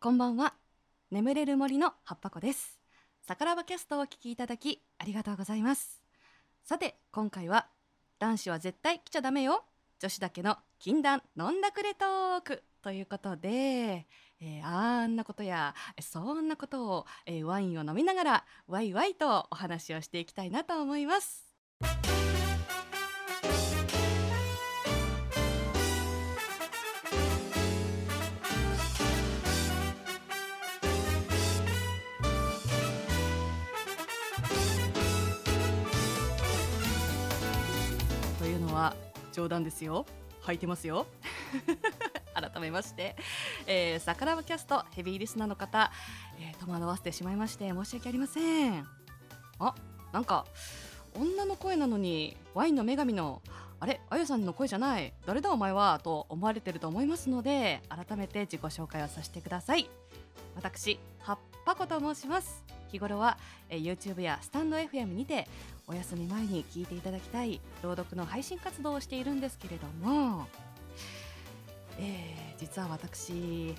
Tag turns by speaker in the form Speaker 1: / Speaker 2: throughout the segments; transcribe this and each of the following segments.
Speaker 1: こんばんは眠れる森の葉っぱ子ですさからばキャストをお聞きいただきありがとうございますさて今回は男子は絶対来ちゃダメよ女子だけの禁断飲んだくれトークということで、えーあんなことやえそんなことを、えーワインを飲みながらワイワイとお話をしていきたいなと思いますというのは冗談ですよ履いてますよ 改めまして、えー、サカラバキャストヘビーリスナーの方、えー戸惑わせてしまいまして申し訳ありませんあなんか女の声なのにワインの女神のあれあゆさんの声じゃない誰だお前はと思われてると思いますので改めて自己紹介をさせてください私はっぱこと申します日頃は、えー YouTube やスタンド FM にてお休み前に聞いていただきたい朗読の配信活動をしているんですけれども、えー実は私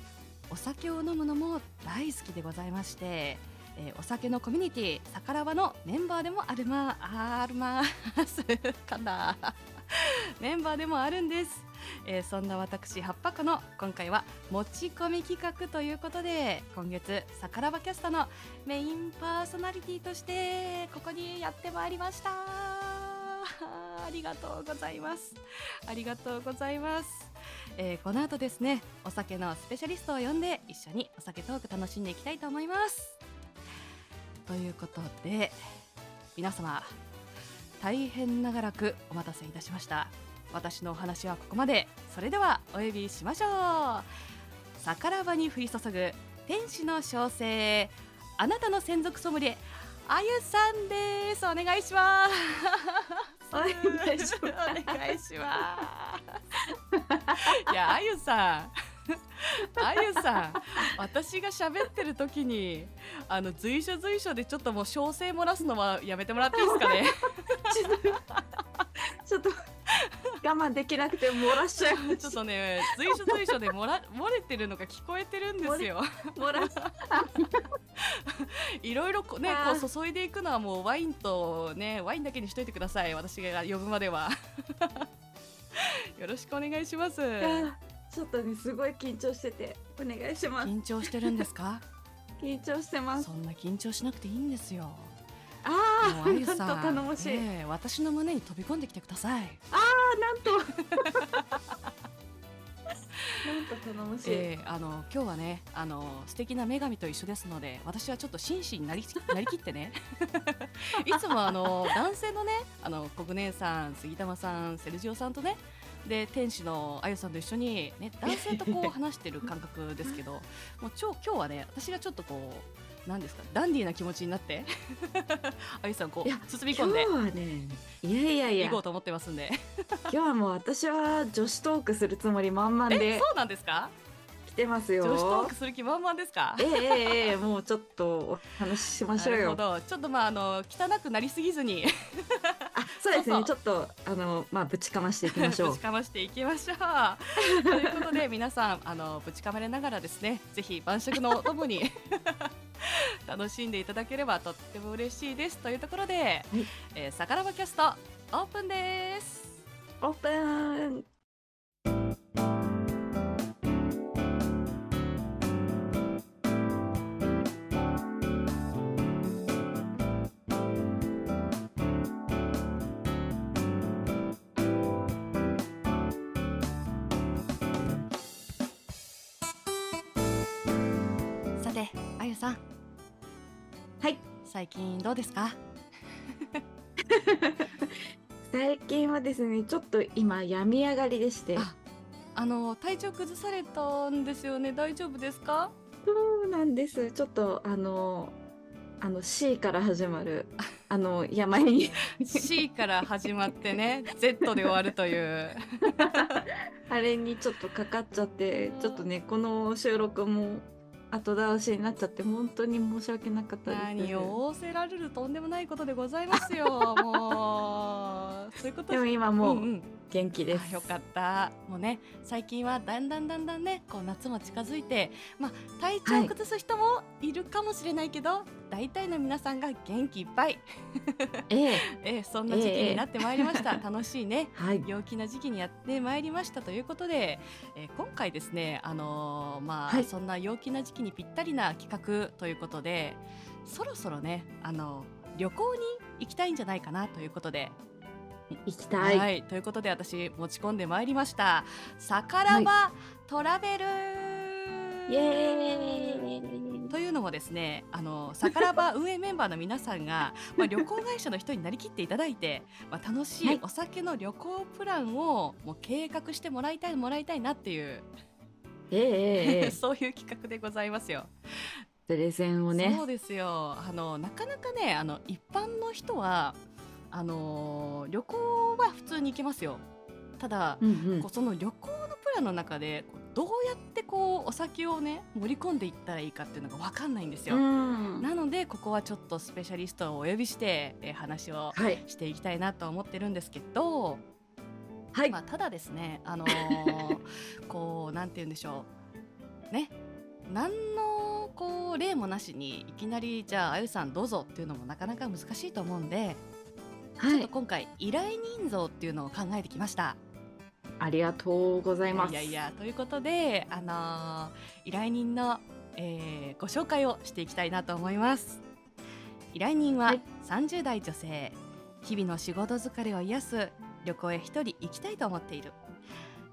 Speaker 1: お酒を飲むのも大好きでございまして、えーお酒のコミュニティさからばのメンバーでもあるまああるます かなメンバーでもあるんです、えーそんな私葉っぱこの今回は持ち込み企画ということで今月さからばキャスタのメインパーソナリティとしてここにやってまいりました ありがとうございますありがとうございます、えーこの後ですねお酒のスペシャリストを呼んで一緒にお酒トーク楽しんでいきたいと思いますということで皆様大変長らくお待たせいたしました私のお話はここまでそれではお呼びしましょうさからばに降り注ぐ天使の小生あなたの専属ソムリエあゆさんですお願いします
Speaker 2: お願いします
Speaker 1: お願いしますいやあゆさんあゆさん私が喋ってる時にあの随所随所でちょっともう小生漏らすのはやめてもらっていいですかね
Speaker 2: ちょっとちょっと 我慢できなくて漏らしちゃい ま
Speaker 1: ちょった
Speaker 2: し。
Speaker 1: とね、随所随所で漏ら 漏れてるのが聞こえてるんですよ。
Speaker 2: 漏らし
Speaker 1: いろいろこね、
Speaker 2: あ
Speaker 1: こ
Speaker 2: ー
Speaker 1: う注いでいくのはもうワインとね、ワインだけにしといてください。私が呼ぶまでは。 よろしくお願いします。
Speaker 2: た。ちょっとねすごい緊張しててお願いします。
Speaker 1: 緊張してるんですか？
Speaker 2: 緊張してます。
Speaker 1: そんな緊張しなくていいんですよ。
Speaker 2: あ
Speaker 1: もう
Speaker 2: あ
Speaker 1: あ
Speaker 2: なん
Speaker 1: ゆ
Speaker 2: と
Speaker 1: さん、
Speaker 2: 頼もしい。
Speaker 1: ねえ私の胸に飛び込んできてください。
Speaker 2: あーなんと なんと頼もしい。
Speaker 1: えーあの今日はね、あの素敵な女神と一緒ですので、私はちょっと紳士になりき なりきってね。いつもあの男性のね、あの国根さん、杉玉さん、セルジオさんとね、で天使のあゆさんと一緒にね、男性とこう話してる感覚ですけど、 もう超今日はね、私がちょっとこうなんですか、ダンディーな気持ちになって、 あゆさんをこう
Speaker 2: いや
Speaker 1: 包み込
Speaker 2: 今
Speaker 1: んで
Speaker 2: 日はねいやいやいや
Speaker 1: 行こうと思ってますんで。
Speaker 2: 今日はもう私は女子トークするつもり満々
Speaker 1: え、
Speaker 2: で
Speaker 1: そうなんですか？
Speaker 2: 来てますよ。
Speaker 1: 女子トークする気満々ですか？
Speaker 2: ええええええもうちょっとお話ししましょ
Speaker 1: な
Speaker 2: う
Speaker 1: る
Speaker 2: よ
Speaker 1: ほ。どちょっとまああの汚くなりすぎずに
Speaker 2: あ、そうですね。
Speaker 1: そうそ
Speaker 2: ちょっとあのまあぶちかましていきまし ょ
Speaker 1: ぶ
Speaker 2: う
Speaker 1: ち。かましていきましょうということで皆さんあのぶちかまれながらですねぜひ晩酌のお供に 楽しんでいただければとっても嬉しいですというところで、えーさからばキャストオープンです
Speaker 2: オープン。
Speaker 1: さてあゆさん
Speaker 2: はい。
Speaker 1: 最近どうですか
Speaker 2: 最近はですね、ちょっと今病み上がりでして。
Speaker 1: ああの体調崩されたんですよね大丈夫ですか
Speaker 2: そうなんです。ちょっとあのあの C から始まるあの病 に
Speaker 1: C から始まってね Z で終わるという
Speaker 2: あれにちょっとかかっちゃって、ちょっとねこの収録も後倒しになっちゃって本当に申し訳なかったです。
Speaker 1: 何を仰せら れるとんでもないことでございますよもうそういうこと
Speaker 2: でも今もう、
Speaker 1: んん
Speaker 2: 元気で
Speaker 1: あ
Speaker 2: す。
Speaker 1: よかったもうね最近はだんだんだんだんねこう夏も近づいて、まあ、体調を崩す人もいるかもしれないけど、大体の皆さんが元気いっぱい、
Speaker 2: ええ、
Speaker 1: えーそんな時期になってまいりました、楽しいね
Speaker 2: はい。
Speaker 1: 陽気な時期にやってまいりましたということで、えー今回ですね、あのーまあ
Speaker 2: はい
Speaker 1: そんな陽気な時期にぴったりな企画ということでそろそろね、あのー旅行に行きたいんじゃないかなということで
Speaker 2: 行きたい。
Speaker 1: ということで私持ち込んでまいりました「さからばトラベル」
Speaker 2: イエーイ。
Speaker 1: というのもですねあのさからば運営メンバーの皆さんが、ま あ、旅行会社の人になりきっていただいて、まあ、楽し
Speaker 2: はいい
Speaker 1: お酒の旅行プランをもう計画してもらいたいもらいたいなっていう、
Speaker 2: えええええ え、
Speaker 1: そういう企画でございますよ。
Speaker 2: プレゼンをね
Speaker 1: そう。ですよあのなかなかねあの一般の人はあの旅行は普通に行けますよ。ただ、
Speaker 2: うんうん
Speaker 1: こうその旅行のプランの中でこうどうやってこうお酒をね盛り込んでいったらいいかっていうのが分かんないんですよ。
Speaker 2: うん。
Speaker 1: なのでここはちょっとスペシャリストをお呼びして、えー話を
Speaker 2: はい。
Speaker 1: していきたいなと思ってるんですけど、
Speaker 2: はい
Speaker 1: ま。あ、ただですねあのー こうなんて言うんでしょうね何のこう例もなしにいきなりじゃああゆさんどうぞっていうのもなかなか難しいと思うんで、ちょ
Speaker 2: は
Speaker 1: っと
Speaker 2: い。
Speaker 1: 今回依頼人像っていうのを考えてきました。
Speaker 2: ありがとうございます。
Speaker 1: いやいやということで、あのー依頼人の、えーご紹介をしていきたいなと思います。依頼人
Speaker 2: は
Speaker 1: はい30代女性、日々の仕事疲れを癒す旅行へ一人行きたいと思っている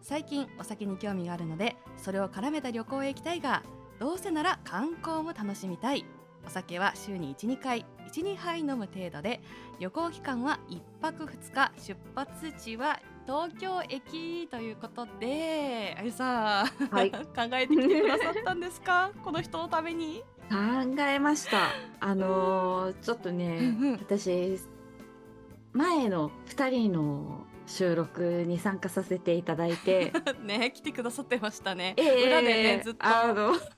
Speaker 1: 最近お酒に興味があるのでそれを絡めた旅行へ行きたいがどうせなら観光も楽しみたいお酒は週に12回12杯飲む程度で旅行期間は1泊2日出発地は東京駅ということであゆさん、
Speaker 2: はい
Speaker 1: 考えてきてくださったんですか この人のために
Speaker 2: 考えました。あのーちょっとね
Speaker 1: うんうん、
Speaker 2: 私、前の2人の収録に参加させていただい て、
Speaker 1: ね来てくださってましたね、
Speaker 2: ええ
Speaker 1: 裏でねずっと
Speaker 2: あの、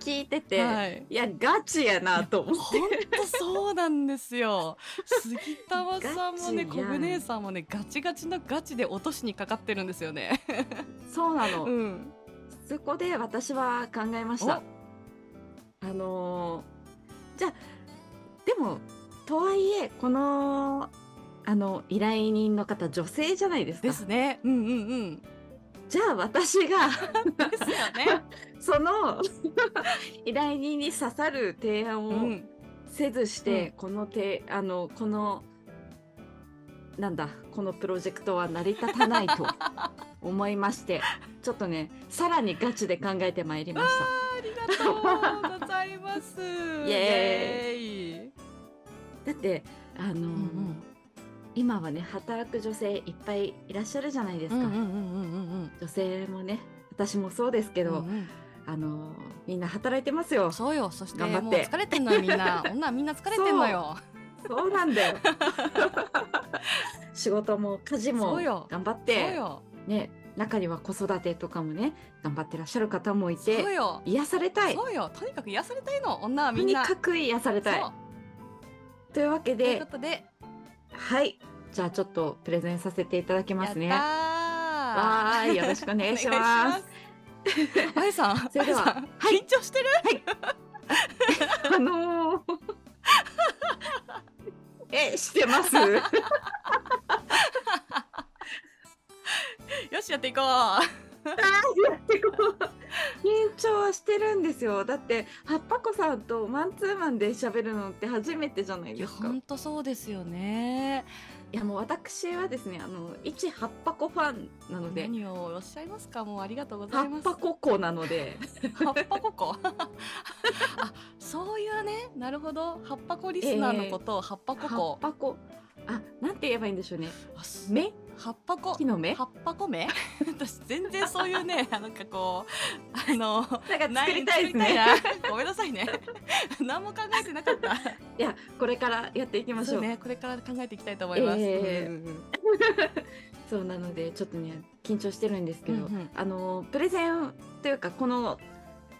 Speaker 2: 聞いてて、
Speaker 1: はい
Speaker 2: いや、ガチやなと思って。
Speaker 1: 本当そうなんです よ杉玉さんもね小
Speaker 2: ガチやん
Speaker 1: 舟さんもねガチガチのガチで落としにかかってるんですよね
Speaker 2: そうな
Speaker 1: う
Speaker 2: の。
Speaker 1: ん
Speaker 2: そこで私は考えました。あのーじゃあ、でも、とはいえ、この、あの、依頼人の方、女性じゃないですか。
Speaker 1: ですねうんうんうん
Speaker 2: じゃあ、私が、
Speaker 1: ですよね
Speaker 2: その 依頼人に刺さる提案
Speaker 1: う
Speaker 2: を
Speaker 1: ん
Speaker 2: せずして、
Speaker 1: うん
Speaker 2: このてあのこのなんだこのプロジェクトは成り立たないと思いましてちょっとねさらにガチで考えてまいりまし
Speaker 1: ありがとうございます イ
Speaker 2: エ
Speaker 1: エーイ
Speaker 2: た。だってあの、
Speaker 1: うん
Speaker 2: 今はね働く女性いっぱいいらっしゃるじゃないです
Speaker 1: うんうん
Speaker 2: か、
Speaker 1: うんうんうんうん
Speaker 2: 女性もね私もそうですけど、
Speaker 1: うんうん
Speaker 2: あのみんな働いてますよ。
Speaker 1: そうよそして
Speaker 2: 頑張って
Speaker 1: もう疲れてんのよみんな女はみんな疲れてんのよ
Speaker 2: そうなん だよ仕事も家事も
Speaker 1: そうよ
Speaker 2: 頑張っ
Speaker 1: そう
Speaker 2: て
Speaker 1: よ
Speaker 2: ね、中には子育てとかもね頑張ってらっしゃる方もい
Speaker 1: そう
Speaker 2: て
Speaker 1: よ
Speaker 2: 癒されたい
Speaker 1: そうよとにかく癒されたいの女は
Speaker 2: と
Speaker 1: みん
Speaker 2: に
Speaker 1: な
Speaker 2: かく癒されたい
Speaker 1: そう
Speaker 2: というわけ
Speaker 1: という
Speaker 2: で
Speaker 1: ことで
Speaker 2: はいじゃあちょっとプレゼンさせていただきますね
Speaker 1: やった
Speaker 2: わ
Speaker 1: ー
Speaker 2: ーいよろしくお願いします
Speaker 1: あ ゆさん、
Speaker 2: それでは
Speaker 1: あゆさん緊張してる。
Speaker 2: あのー えしてます
Speaker 1: よし、やっていこう。
Speaker 2: やってこう緊張はしてるんですよだってはっぱこさんとマンツーマンで喋るのって初めてじゃない
Speaker 1: い
Speaker 2: で
Speaker 1: や、
Speaker 2: すかい
Speaker 1: 本当そうですよね。
Speaker 2: やもう私はですねあの一はっぱこファンなので
Speaker 1: 何をおっしゃいますか、もうありがとうござ
Speaker 2: はいっ
Speaker 1: ます。
Speaker 2: ぱここなので
Speaker 1: 葉っぱこ こ。あ、そういうね、なるほど、葉っぱこリスナーのことを葉っぱこ
Speaker 2: はっ
Speaker 1: こ。
Speaker 2: ぱこあなんて言えばいいんでしょうね
Speaker 1: あす
Speaker 2: 目
Speaker 1: 葉っぱこ
Speaker 2: 木。の目
Speaker 1: 葉っぱこ目 私全然そういう ね、なんかこう、あの、
Speaker 2: なんか作りたいです
Speaker 1: な作りたい
Speaker 2: ね
Speaker 1: なごめんなさい ね。何も考えてなかった。
Speaker 2: いやこれからやっていきまし
Speaker 1: そ
Speaker 2: ょ
Speaker 1: う
Speaker 2: うそう,、
Speaker 1: ね、これから考えていきたいと思います。
Speaker 2: ええ
Speaker 1: うんうんうん
Speaker 2: なのでちょっとね緊張してるんですけ
Speaker 1: うん
Speaker 2: ど、
Speaker 1: うん
Speaker 2: あのプレゼンというかこの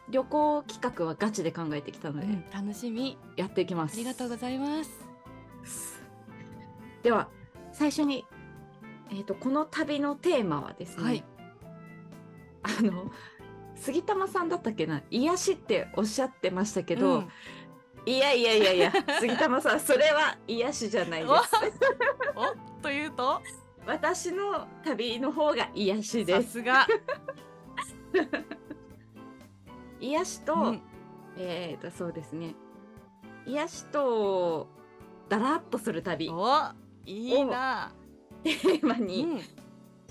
Speaker 2: 旅行企画はガチで考えてきたので、
Speaker 1: うん楽しみ。
Speaker 2: やっていきま
Speaker 1: あ
Speaker 2: す
Speaker 1: りがとうございます。
Speaker 2: では最初にえっ、とこの旅のテーマはですね、
Speaker 1: はい
Speaker 2: あの杉玉さんだったっけな癒しっておっしゃってましたけ
Speaker 1: う
Speaker 2: ど、
Speaker 1: ん
Speaker 2: いやいやいや いや杉玉さんそれは癒しじゃないです
Speaker 1: おというと
Speaker 2: 私の旅の方が癒し
Speaker 1: さ
Speaker 2: です
Speaker 1: すが、
Speaker 2: 癒しと、
Speaker 1: うん
Speaker 2: えっ、とそうですね癒しとだらっとする旅を
Speaker 1: おいいな、
Speaker 2: テーマ
Speaker 1: うん、う
Speaker 2: に
Speaker 1: ん
Speaker 2: ち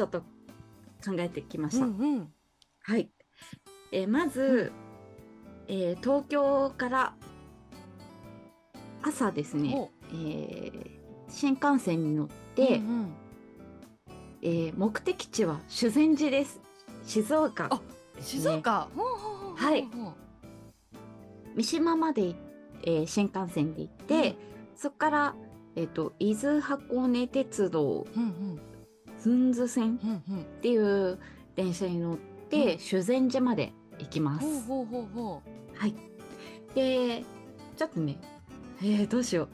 Speaker 2: ょっと考えてきまし
Speaker 1: う
Speaker 2: た、
Speaker 1: ん
Speaker 2: はい、えーまず、えー東京から朝ですね、
Speaker 1: お
Speaker 2: えー新幹線に乗って、
Speaker 1: うんうん
Speaker 2: えー目的地は修善寺です静岡
Speaker 1: あ
Speaker 2: ですね
Speaker 1: 静岡、ほうほうほうほう
Speaker 2: はい
Speaker 1: ほう
Speaker 2: 三島まで行っ、えー新幹線で行って、そこから、えー、と伊豆箱根鉄道
Speaker 1: うんうん
Speaker 2: 寸図線
Speaker 1: うんうん
Speaker 2: っていう電車に乗って、
Speaker 1: うん
Speaker 2: 修善寺まで行きます。
Speaker 1: ほうほうほうほう
Speaker 2: はい。で、ちょっとね、えー、ど うしよう。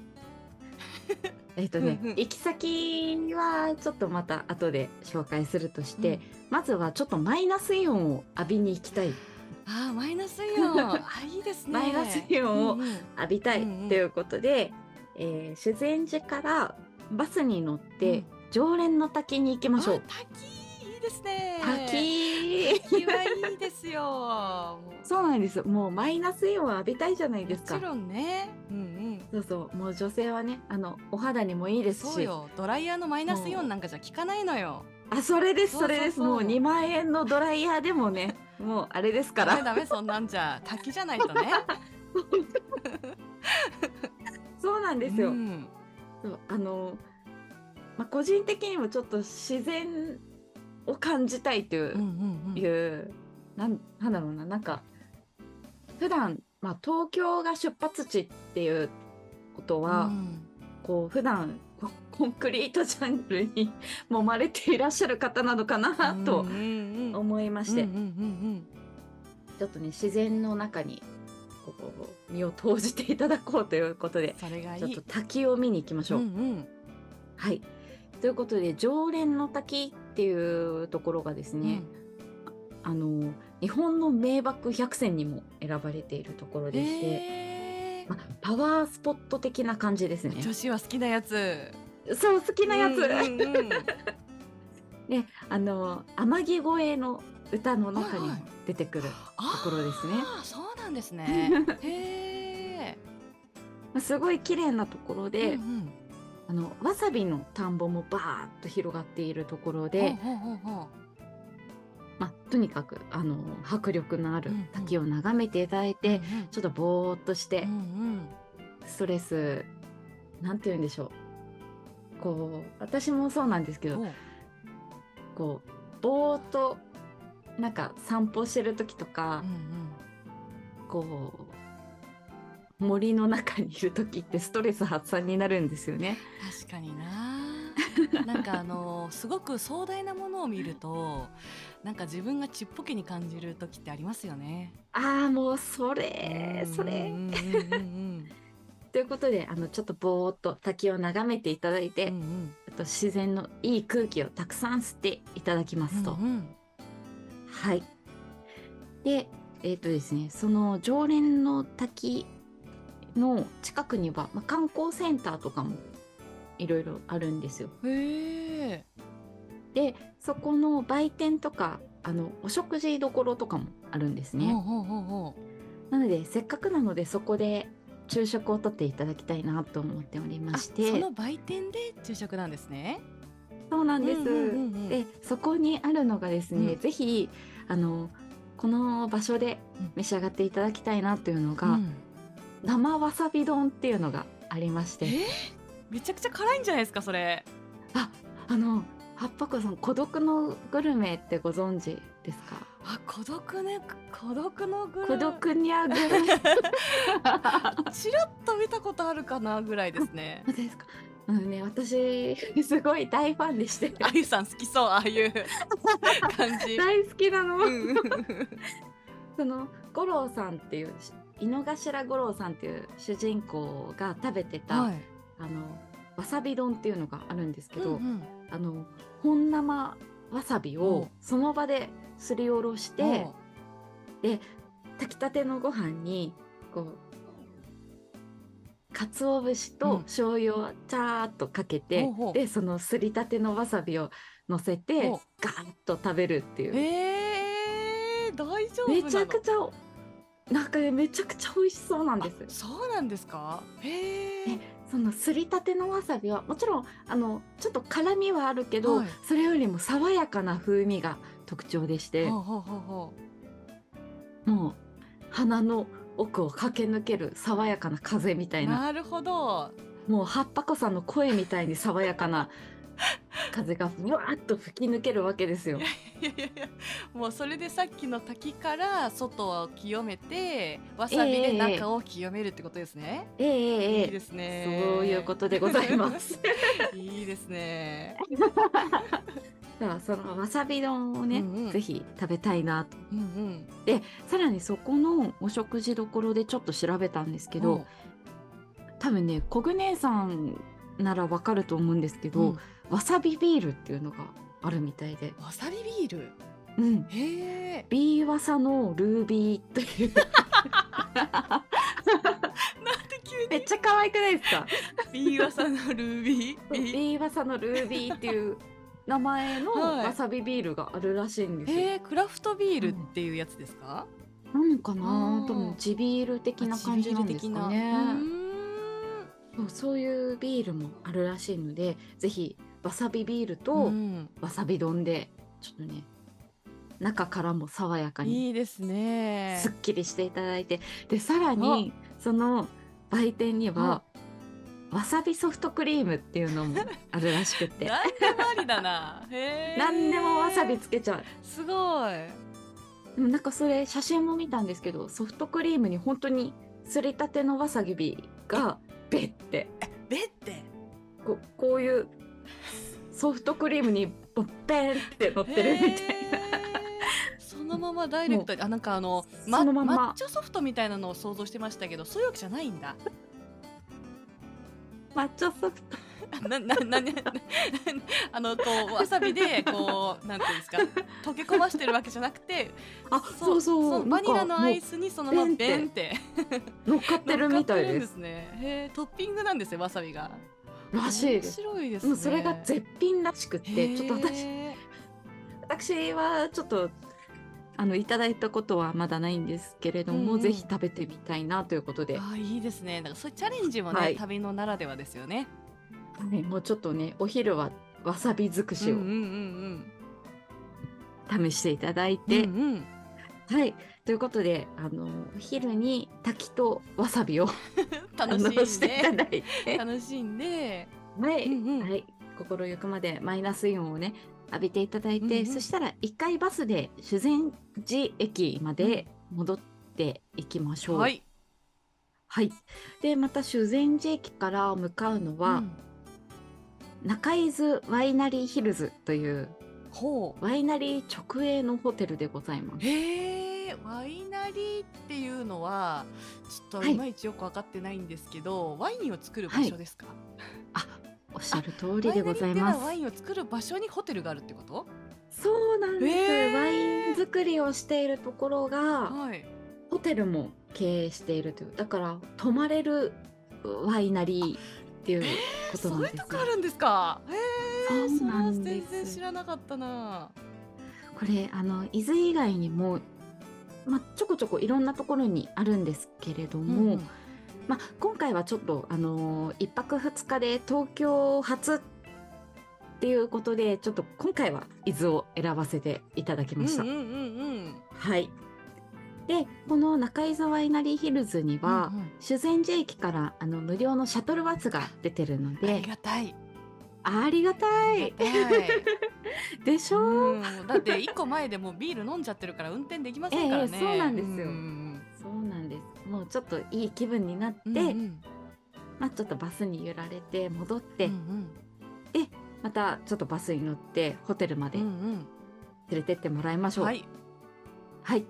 Speaker 2: えっとね、
Speaker 1: うんうん
Speaker 2: 行き先はちょっとまた後で紹介するとして、まずはちょっとマイナスイオンを浴びに行きたい、
Speaker 1: あーマイナスイ オンあいいですね
Speaker 2: マイナスイオンを
Speaker 1: うんうん
Speaker 2: 浴びたい
Speaker 1: うんうん
Speaker 2: ということで、えー修善寺からバスに乗って、
Speaker 1: うん
Speaker 2: 常連の滝に行きましょう
Speaker 1: あ。滝いいですね
Speaker 2: 滝
Speaker 1: 滝はいいですよもう
Speaker 2: そうなんです。もうマイナスイオンを浴びたいじゃないで
Speaker 1: も
Speaker 2: すか
Speaker 1: ち。ろんねうん
Speaker 2: そうそう。もう女性はね、あのお肌にもいい
Speaker 1: うん
Speaker 2: です
Speaker 1: そう
Speaker 2: し、
Speaker 1: よドライヤーのマイナスイオンなんかじゃ効かないのよ
Speaker 2: あ、それです、
Speaker 1: そうそそう
Speaker 2: そうれです。もう2万円のドライヤーでも ね、もうあれですか
Speaker 1: ダメ
Speaker 2: ら。
Speaker 1: ダメそんなんじゃ滝じゃないとね
Speaker 2: そうなん です
Speaker 1: う
Speaker 2: よ。
Speaker 1: ん
Speaker 2: そうあの、まあ、個人的にもちょっと自然を感じたいという
Speaker 1: うんう、んうん
Speaker 2: いうなん、なんだろうな、なんか、普段、まあ、東京が出発地っていうことは、
Speaker 1: うん
Speaker 2: こう、普段、こコンクリートジャンルに 揉まれていらっしゃる方なのかな
Speaker 1: う
Speaker 2: と
Speaker 1: んうんうん
Speaker 2: 思いまして、
Speaker 1: うんうんうん
Speaker 2: ちょっとね自然の中にこう身を投じていただこうということ
Speaker 1: う
Speaker 2: で
Speaker 1: んそれがい
Speaker 2: ちょっと
Speaker 1: い
Speaker 2: 滝を見に行きましょう。
Speaker 1: ん
Speaker 2: はいということで常連の滝っていうところがです
Speaker 1: うん
Speaker 2: ね、あの日本の名瀑百選にも選ばれているところ
Speaker 1: うん
Speaker 2: でして、
Speaker 1: えー
Speaker 2: まパワースポット的な感じですね。
Speaker 1: 女子は好きなやつ
Speaker 2: そう好きなやつ、
Speaker 1: うんうんうん
Speaker 2: ねあの天城越えの歌の中にも
Speaker 1: はいはい
Speaker 2: 出てくる、
Speaker 1: あー
Speaker 2: ところですね
Speaker 1: そうなんですねへえ
Speaker 2: まあすごい綺麗なところで、
Speaker 1: うんうん
Speaker 2: あのわさびの田んぼもバーッと広がっているところで、
Speaker 1: ほうほうほうほ
Speaker 2: まあ、とにかくあの迫力のある
Speaker 1: うんうん
Speaker 2: 滝を眺めていただいうて、
Speaker 1: うんうん
Speaker 2: ちょっとぼーっとして、
Speaker 1: うん
Speaker 2: ストレスなんて言うんでしょうこう私もそうなんですけ
Speaker 1: うん
Speaker 2: ど
Speaker 1: お
Speaker 2: こうぼーっとなんか散歩してる時とか
Speaker 1: うんう、ん
Speaker 2: こう森の中にいる時ってストレス発散になるんですよね。
Speaker 1: 確かにななんかあのすごく壮大なものを見るとなんか自分がちっぽけに感じる時ってありますよね
Speaker 2: ああもうそれそれ。
Speaker 1: うんうんうんうん
Speaker 2: ということであのちょっとぼーっと滝を眺めていただいて、
Speaker 1: うんうんうん
Speaker 2: あと自然のいい空気をたくさん吸っていただきます
Speaker 1: う
Speaker 2: と。
Speaker 1: んうん
Speaker 2: はい。で、えっ、とですね、その常連の滝の近くには、まあ、観光センターとかもいろいろあるんですよ。
Speaker 1: へえ
Speaker 2: で、そこの売店とか、あの、お食事どころとかもあるんです
Speaker 1: ほう
Speaker 2: ね。
Speaker 1: ほうほうほ
Speaker 2: なので、せっかくなのでそこで昼食をとっていただきたいなと思っており
Speaker 1: う
Speaker 2: ま
Speaker 1: あ
Speaker 2: し
Speaker 1: そ
Speaker 2: て。
Speaker 1: の売店で昼食なんですね
Speaker 2: そうなんです。
Speaker 1: うんうんうんうん
Speaker 2: でそこにあるのがですね、
Speaker 1: うん
Speaker 2: ぜひあのこの場所で
Speaker 1: うん
Speaker 2: 召し上がっていただきたいなというのが、
Speaker 1: うん
Speaker 2: 生わさび丼っていうのがありまし
Speaker 1: え
Speaker 2: て
Speaker 1: ーめちゃくちゃ辛いんじゃないですかそれ
Speaker 2: ああの八白さん孤独のグルメってご存知ですか
Speaker 1: あ孤独ね孤独のグル
Speaker 2: 孤独にゃグルメ
Speaker 1: ちらっと見たことあるかなぐらいです ね
Speaker 2: そうですかあのね私すごい大ファン でして
Speaker 1: あゆさん好きそうああいう 感 じ
Speaker 2: 大好きなの、
Speaker 1: うん
Speaker 2: その五郎さんっていう井の頭五郎さんっていう主人公が食べてた、
Speaker 1: はい
Speaker 2: あのわさび丼っていうのがあるんですけど、
Speaker 1: うんうん
Speaker 2: あの本生わさび
Speaker 1: うん
Speaker 2: をその場ですりおろして、
Speaker 1: お
Speaker 2: で炊きたてのご飯にこう鰹節
Speaker 1: う
Speaker 2: と
Speaker 1: ん
Speaker 2: 醤油をちゃーっとかけて、
Speaker 1: ほうほう
Speaker 2: でそのすりたてのわさびを乗せて
Speaker 1: ほう
Speaker 2: ガーッと食べるっていう
Speaker 1: えー、大丈夫な
Speaker 2: め
Speaker 1: の
Speaker 2: ちゃくちゃなんかめちゃくちゃ美味しそうなんです
Speaker 1: あそうなんですかへー
Speaker 2: そのすりたてのわさびはもちろんあのちょっと辛みはあるけど、
Speaker 1: はい
Speaker 2: それよりも爽やかな風味が特徴でして、
Speaker 1: ほうほうほうほ
Speaker 2: もう鼻の奥を駆け抜ける爽やかな風みた
Speaker 1: う
Speaker 2: いな
Speaker 1: なるほど
Speaker 2: もう葉っぱこさんの声みたいに爽や かな風がふわっと吹き抜けるわけですよ。
Speaker 1: いやいやいやもうそれでさっきの滝から外を清めてわさびで中を清めるってことですね、
Speaker 2: ええ
Speaker 1: いい
Speaker 2: えええ
Speaker 1: ですね
Speaker 2: えそういうことでございます
Speaker 1: いいですね、
Speaker 2: ではそのわさび丼をね、
Speaker 1: うんうん
Speaker 2: ぜひ食べたいなと
Speaker 1: うんうん、
Speaker 2: でさらにそこのお食事どころでちょっと調べたんですけど、多分ねコグ姉さんならわかると思うんですけ
Speaker 1: うん
Speaker 2: ど、わさびビールっていうのがあるみたいで、
Speaker 1: わさびビール
Speaker 2: うん、
Speaker 1: へえ
Speaker 2: ビーワサのルービーという
Speaker 1: なんで急
Speaker 2: めっちゃ可愛くないですか
Speaker 1: にビーワさんのルービー
Speaker 2: ビーワサのルービーっていう名前の
Speaker 1: はい
Speaker 2: わさびビールがあるらしいんですよ。
Speaker 1: へえクラフトビールっていうやつですか、
Speaker 2: なのかな
Speaker 1: あー
Speaker 2: 多分地ビール的な感じなんですかね。
Speaker 1: あ地ビール
Speaker 2: そうそういうビールもあるらしいのでぜひわさびビールと、
Speaker 1: 的なうーん
Speaker 2: わさび丼でちょっとね中からも爽や
Speaker 1: う
Speaker 2: か
Speaker 1: ん
Speaker 2: に
Speaker 1: いいですね
Speaker 2: すっきりしていただいてでさらにその売店にはわさびソフトクリームっていう のもあるらしくって
Speaker 1: 何でもありだ なへえ
Speaker 2: 何でもわさびつけちゃう
Speaker 1: すごい
Speaker 2: でもなんかそれ写真も見たんですけどソフトクリームに本当にすりたてのわさびがべって
Speaker 1: べって
Speaker 2: こうこういうソフトクリームにべンって乗ってるみたいな。
Speaker 1: へーそのままダイレクトにあなんかあの、
Speaker 2: そのまま
Speaker 1: 抹茶ソフトみたいなのを想像してましたけどそういうわけじゃないんだ
Speaker 2: 抹茶ソフト
Speaker 1: ななななあのこうわさびでこうなんていうんですか溶け込ましてるわけじゃなくて
Speaker 2: あそうそう
Speaker 1: のバニラのアイ
Speaker 2: ス
Speaker 1: スにそのままベンって
Speaker 2: 乗っかってるみたい
Speaker 1: 乗っかってるん
Speaker 2: で
Speaker 1: ですすねへートッピングなんですねわさびが
Speaker 2: らしいです
Speaker 1: 面白いですね
Speaker 2: もうそれが絶品らしくってちょっと私
Speaker 1: へー
Speaker 2: 私はちょっとあのいただいたことはまだないんですけれども、
Speaker 1: うんうん
Speaker 2: ぜひ食べてみたいなということで、は
Speaker 1: あいいですねなんかそういうチャレンジもね、
Speaker 2: はい
Speaker 1: 旅のならではですよね
Speaker 2: いもうちょっとねお昼はわさび尽くしを
Speaker 1: うんうんうん
Speaker 2: 試していただい
Speaker 1: うん
Speaker 2: て、
Speaker 1: うんうん
Speaker 2: はいということであのお昼に炊きとわさびを
Speaker 1: 楽
Speaker 2: あの
Speaker 1: し
Speaker 2: し
Speaker 1: ん
Speaker 2: ていた
Speaker 1: で
Speaker 2: だいて
Speaker 1: 楽しんで、
Speaker 2: はい、
Speaker 1: うんうん
Speaker 2: はい、心ゆくまでマイナスイオンをね浴びていただいて、
Speaker 1: うんうん
Speaker 2: そしたら一回バスで修善寺駅まで戻っていきましょう。
Speaker 1: はい、
Speaker 2: はいでまた修善寺駅から向かうのは、中伊豆ワイナリーヒルズという
Speaker 1: うんほう
Speaker 2: ワイナリー直営のホテルでございます。
Speaker 1: へえワイナリーっていうのはちょっ
Speaker 2: は
Speaker 1: と
Speaker 2: い
Speaker 1: いまいちよく分かってないんですけど、ワインを作る場所ですか、
Speaker 2: おっしゃる通りでござ
Speaker 1: ワイナリー
Speaker 2: いま
Speaker 1: ってのはワ
Speaker 2: す。
Speaker 1: インを作る場所にホテルがあるってこと
Speaker 2: そうなんです、
Speaker 1: へー
Speaker 2: ワイン作りをしているところが、
Speaker 1: はい
Speaker 2: ホテルも経営しているというだから泊まれるワイナリーっていうことな
Speaker 1: そ
Speaker 2: ん
Speaker 1: うい
Speaker 2: です
Speaker 1: う
Speaker 2: よ
Speaker 1: とこあるんですかへえ
Speaker 2: そう
Speaker 1: れ
Speaker 2: な
Speaker 1: は
Speaker 2: んです
Speaker 1: 全然知らなかったな
Speaker 2: これあの伊豆以外にも、まあ、ちょこちょこいろんなところにあるんですけれども、
Speaker 1: うん
Speaker 2: まあ、今回はちょっとあのー一泊二日で東京初っていうことでちょっと今回は伊豆を選ばせていただき
Speaker 1: うん
Speaker 2: ました。
Speaker 1: うんうんうん
Speaker 2: はいでこの中伊沢ワイナリーヒルズには、
Speaker 1: うんうん
Speaker 2: 修善寺駅からあの無料のシャトルバスが出てるの
Speaker 1: あ
Speaker 2: で
Speaker 1: りがたい
Speaker 2: ありがた
Speaker 1: あ
Speaker 2: い
Speaker 1: りがたい
Speaker 2: でしょ、
Speaker 1: うん、だって一個前でもうビール飲んじゃってるから運転できませんからね。
Speaker 2: ええそうなんですよ
Speaker 1: ん
Speaker 2: そうなんですもうちょっといい気分になって、
Speaker 1: うんうん
Speaker 2: まあ、ちょっとバスに揺られて戻って、
Speaker 1: うんうん
Speaker 2: またちょっとバスに乗ってホテルまで
Speaker 1: うん
Speaker 2: 連れてってもらいまし
Speaker 1: う
Speaker 2: ょ
Speaker 1: ん、
Speaker 2: う。
Speaker 1: はい、
Speaker 2: はい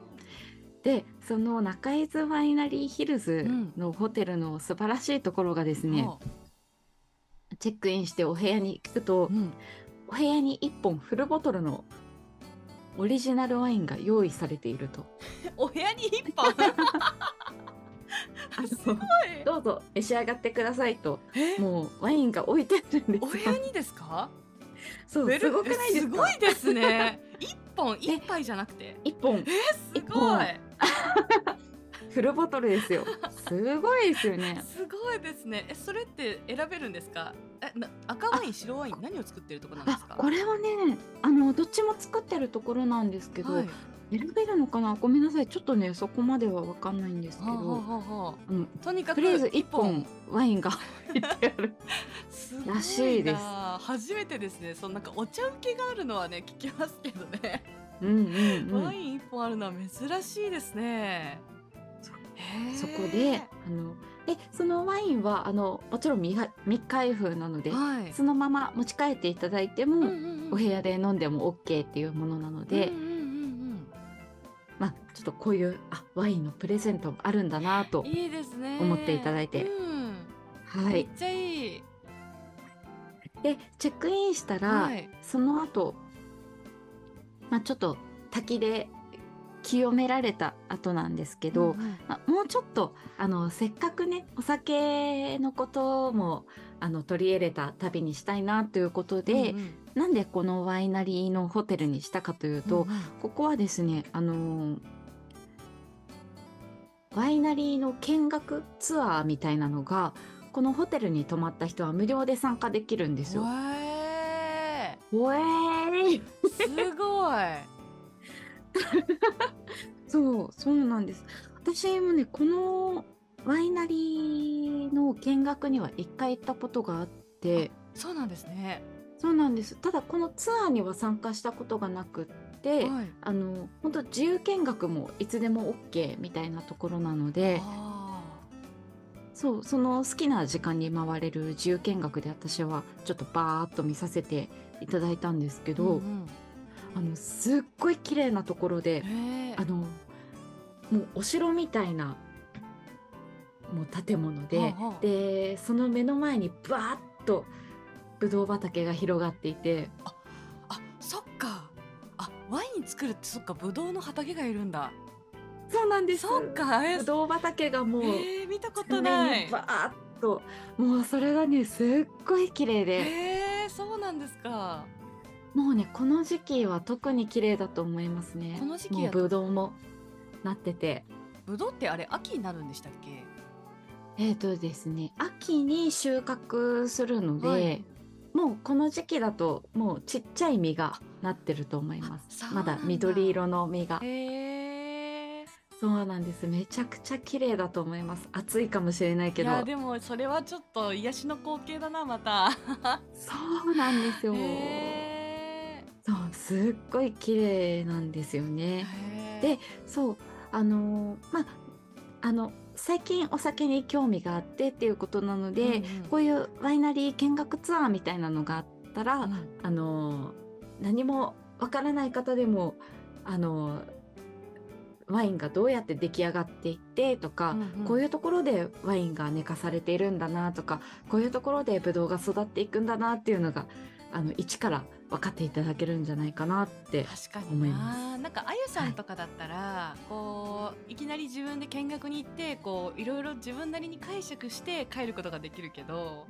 Speaker 2: でその中伊豆ワイナリーヒルズのホテルの素晴らしいところがですね、
Speaker 1: も
Speaker 2: チェックインしてお部屋に行くと
Speaker 1: ううん
Speaker 2: お部屋に1本フルボトルのオリジナルワインが用意されていると。
Speaker 1: お部屋に一 本
Speaker 2: あの
Speaker 1: すごい
Speaker 2: どうぞ召し上がってくださいと、
Speaker 1: え
Speaker 2: もうワインが置いてあるんで
Speaker 1: お
Speaker 2: す
Speaker 1: 部
Speaker 2: よ
Speaker 1: 屋。にですか
Speaker 2: そう、
Speaker 1: ベル
Speaker 2: すごくないです
Speaker 1: す
Speaker 2: か
Speaker 1: ごいですね一本一杯じゃなくて
Speaker 2: 一本
Speaker 1: えすごい
Speaker 2: フルボトルですよ。すごいですよね。
Speaker 1: すごいですねえそれって選べるんですかえな赤ワイン白ワイン何を作ってるとこなんですか、
Speaker 2: あこれはね、あのどっちも作ってるところなんですけど、
Speaker 1: はい
Speaker 2: 選べるのかな。ごめんなさい、ちょっとねそこまではわかんないんですけ
Speaker 1: はあは
Speaker 2: ど、
Speaker 1: あはあは
Speaker 2: うん、
Speaker 1: あとにかく
Speaker 2: とりあえず一本ワインが 入ってある。
Speaker 1: すごいな
Speaker 2: らしいです
Speaker 1: 初めてですねそのなんかお茶受けがあるのはね聞きますけどね、
Speaker 2: うんうんう
Speaker 1: ワ
Speaker 2: ん。
Speaker 1: イン一本あるのは珍しいですねへえ
Speaker 2: そこで、あのでそのワインはあのもちろん未開未開封なので、
Speaker 1: はい
Speaker 2: そのまま持ち帰っていただいて
Speaker 1: う
Speaker 2: も、
Speaker 1: んうんうん
Speaker 2: お部屋で飲んでも OK っていうものなので、
Speaker 1: うんうん
Speaker 2: まあちょっとこういうあワインのプレゼントもあるんだな
Speaker 1: うんう
Speaker 2: と
Speaker 1: ん、いいですね
Speaker 2: 思っていただいて
Speaker 1: うん
Speaker 2: は
Speaker 1: めっ
Speaker 2: い、
Speaker 1: ちゃいい
Speaker 2: でチェックインしたら、
Speaker 1: はい
Speaker 2: その後、まあちょっと滝で清められた後なんですけど、
Speaker 1: うんうん
Speaker 2: まあもうちょっとあのせっかくねお酒のこともあの取り入れた旅にしたいなということで、
Speaker 1: うんうん
Speaker 2: なんでこのワイナリーのホテルにしたかというと、
Speaker 1: うんうん
Speaker 2: ここはですね、あのーワイナリーの見学ツアーみたいなのが、このホテルに泊まった人は無料で参加できるんです
Speaker 1: わ
Speaker 2: よ。
Speaker 1: え
Speaker 2: ほえー、
Speaker 1: ーすごい
Speaker 2: そう、そうなんです。私もね、このワイナリーの見学には一回行ったことがあって、
Speaker 1: そうなんですね
Speaker 2: そうなんです。ただこのツアーには参加したことがなくって、
Speaker 1: はい
Speaker 2: あの本当自由見学もいつでも OK みたいなところなので、
Speaker 1: あ
Speaker 2: そう、その好きな時間に回れる自由見学で私はちょっとバーっと見させていただいたんですけ
Speaker 1: ー
Speaker 2: ど、
Speaker 1: ん
Speaker 2: あのすっごい綺麗なところで
Speaker 1: うん、へ
Speaker 2: あ
Speaker 1: ー
Speaker 2: のもうお城みたいなもう建物で、
Speaker 1: はあはあ
Speaker 2: でその目の前にバーッとぶどう畑が広がっていて、
Speaker 1: あそっかあワイン作るってそっかブドウの畑がいるんだ
Speaker 2: そうなんです。
Speaker 1: そっかえ
Speaker 2: ぶどう畑がもう、
Speaker 1: えー、見たことない
Speaker 2: バーッともうそれがねすっごい綺麗で。
Speaker 1: えー、そうなんですか
Speaker 2: もうねこの時期は特に綺麗だと思いますね
Speaker 1: この時期
Speaker 2: も
Speaker 1: や
Speaker 2: う
Speaker 1: と
Speaker 2: ぶどうもなってて
Speaker 1: ブドウってあれ秋になるんでしたっけ
Speaker 2: えっ、とですね秋に収穫するので、
Speaker 1: はい
Speaker 2: もうこの時期だともうちっちゃい実がなってると思いま
Speaker 1: あ
Speaker 2: す
Speaker 1: そうな
Speaker 2: ま
Speaker 1: んだ
Speaker 2: だ緑色の実が
Speaker 1: へえ
Speaker 2: そうなんですめちゃくちゃ綺麗だと思います暑いかもしれな
Speaker 1: ー、
Speaker 2: いけ
Speaker 1: い
Speaker 2: ど
Speaker 1: やでもそれはちょっと癒しの光景だなまた
Speaker 2: そうなんですよ、
Speaker 1: へ
Speaker 2: そうすっごい綺麗なんですよね
Speaker 1: ー
Speaker 2: でそうあのーまああの最近お酒に興味があってっていうことなので、
Speaker 1: うんうん
Speaker 2: こういうワイナリー見学ツアーみたいなのがあったら、
Speaker 1: うん
Speaker 2: あのー何もわからない方でもあのーワインがどうやって出来上がっていってとか、
Speaker 1: うんうん
Speaker 2: こういうところでワインが寝かされているんだなとかこういうところでブドウが育っていくんだなっていうのがあの一から分かっていただけるんじゃないかなって
Speaker 1: 確か
Speaker 2: 思い
Speaker 1: に
Speaker 2: ま
Speaker 1: ななんかあゆさんとかだったら、こういきなり自分で見学に行ってこういろいろ自分なりに解釈して帰ることができるけ ど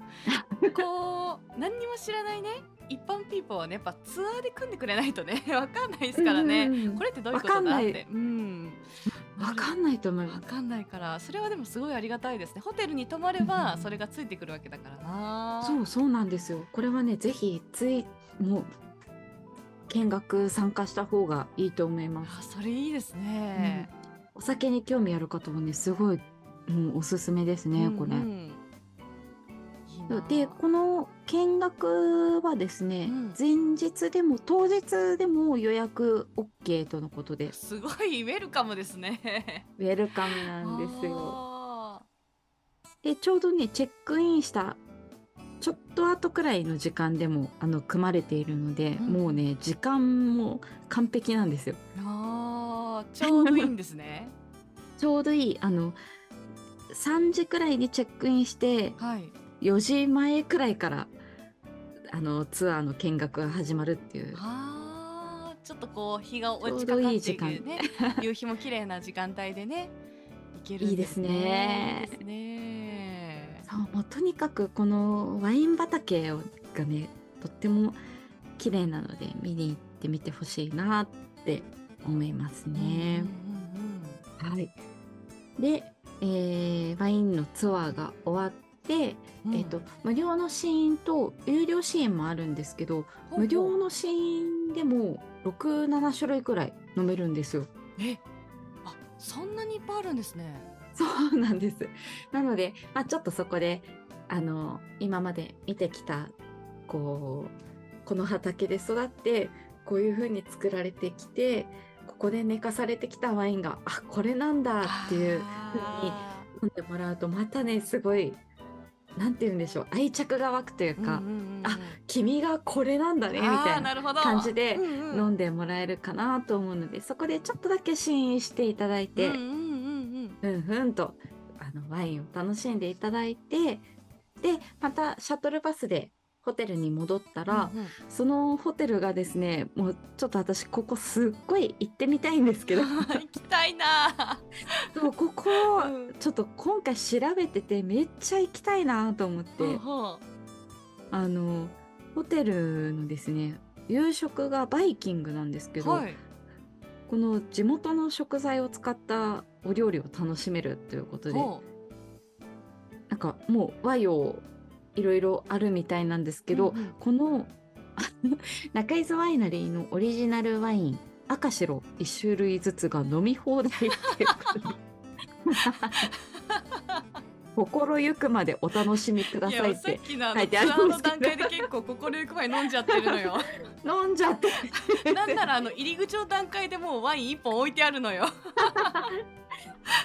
Speaker 1: こう何にも知らないね一般ピーポーはねやっぱツアーで組んでくれないとね わかんないですからね、
Speaker 2: うんうんうん
Speaker 1: これってどういうこと
Speaker 2: わかん
Speaker 1: だっ
Speaker 2: ない
Speaker 1: てうん
Speaker 2: わかんないと思い
Speaker 1: わ
Speaker 2: ます。
Speaker 1: かんないからそれはでもすごいありがたいですねホテルに泊まれ
Speaker 2: うんうんう
Speaker 1: ば
Speaker 2: ん
Speaker 1: それがついてくるわけだからな
Speaker 2: そうそうなんですよ。これはね、ぜひついもう見学参加した方がいいと思います。
Speaker 1: あそれいいですね、
Speaker 2: お酒に興味ある方はね、すごい、うん、おすすめですね、これ。
Speaker 1: うんうんいいな
Speaker 2: で、この見学はですね、
Speaker 1: うん
Speaker 2: 前日でも当日でも予約 OK とのことです。
Speaker 1: すごいウェルカムですね。
Speaker 2: ウェルカムなんですよ。
Speaker 1: よ。
Speaker 2: で、ちょうどね、チェックインしたちょっと後くらいの時間でもあの組まれているので、
Speaker 1: うん
Speaker 2: もうね、時間も完璧なんですよ。
Speaker 1: あーちょうどいいんです ね。
Speaker 2: ちょうどいいあの3時くらいにチェックインして
Speaker 1: はい。
Speaker 2: 4時前くらいからあのツアーの見学が始まるっていう
Speaker 1: あーちょっとこう日が落ち
Speaker 2: ち
Speaker 1: か
Speaker 2: ょう
Speaker 1: か
Speaker 2: ど
Speaker 1: っ
Speaker 2: い
Speaker 1: て
Speaker 2: い
Speaker 1: い
Speaker 2: 時
Speaker 1: く
Speaker 2: 間
Speaker 1: ね夕日も綺麗な時間帯でね行ける
Speaker 2: い
Speaker 1: ん
Speaker 2: いですね
Speaker 1: いいですね
Speaker 2: そうもうとにかくこのワイン畑をがねとっても綺麗なので見に行ってみてほしいなって思いますね。
Speaker 1: うんうんうん
Speaker 2: はい、で、えーワインのツアーが終わって、
Speaker 1: うん
Speaker 2: えー、と無料の試飲と有料試飲もあるんですけど
Speaker 1: ほうほう
Speaker 2: 無料の試飲でも67種類くらい飲めるんですよ。
Speaker 1: えあそんなにいっぱいあるんですね
Speaker 2: そうなんです。なので、まあ、ちょっとそこで、あの、今まで見てきた、こう、この畑で育って、こういう風に作られてきて、ここで寝かされてきたワインが、あ、これなんだっていう、
Speaker 1: あ
Speaker 2: 飲んでもらうと、またね、すごい、なんて言うんでしょう、愛着が湧くという
Speaker 1: ー
Speaker 2: か、
Speaker 1: うんうんうんうん
Speaker 2: あ君がこれなんだね、みた
Speaker 1: あー
Speaker 2: いな
Speaker 1: なるほど
Speaker 2: 感じで
Speaker 1: うんうん
Speaker 2: 飲んでもらえるかなと思うので、そこでちょっとだけ試飲していただいて、
Speaker 1: うんうんうんうん
Speaker 2: うんふんとあのワインを楽しんでいただいてでまたシャトルバスでホテルに戻ったら、
Speaker 1: うんうん
Speaker 2: そのホテルがですねもうちょっと私ここすっごい行ってみたいんです けど
Speaker 1: 行きたいな
Speaker 2: でもここ
Speaker 1: ーうん
Speaker 2: ちょっと今回調べててめっちゃ行きたいなと思って、
Speaker 1: ほうほ
Speaker 2: あのホテルのですね夕食がバイキングなんですけ
Speaker 1: う
Speaker 2: ど、
Speaker 1: はい
Speaker 2: この地元の食材を使ったお料理を楽しめるということで
Speaker 1: ほ
Speaker 2: なんかもう和洋いろいろあるみたいなんです
Speaker 1: う
Speaker 2: けど、
Speaker 1: うんうん
Speaker 2: この あの中伊豆ワイナリーのオリジナルワイン赤白1種類ずつが飲み放題っていうこと で心ゆくまでお楽しみくだ
Speaker 1: いや
Speaker 2: さいっ
Speaker 1: さってきのあ
Speaker 2: 書
Speaker 1: のツ
Speaker 2: いて
Speaker 1: ア
Speaker 2: あ
Speaker 1: ー
Speaker 2: るんで
Speaker 1: の
Speaker 2: すけど
Speaker 1: 段階で結構心ゆくまで飲んじゃってるのよ
Speaker 2: 飲んじゃって
Speaker 1: なんならあの入り口の段階でもうワイン一本置いてあるのよ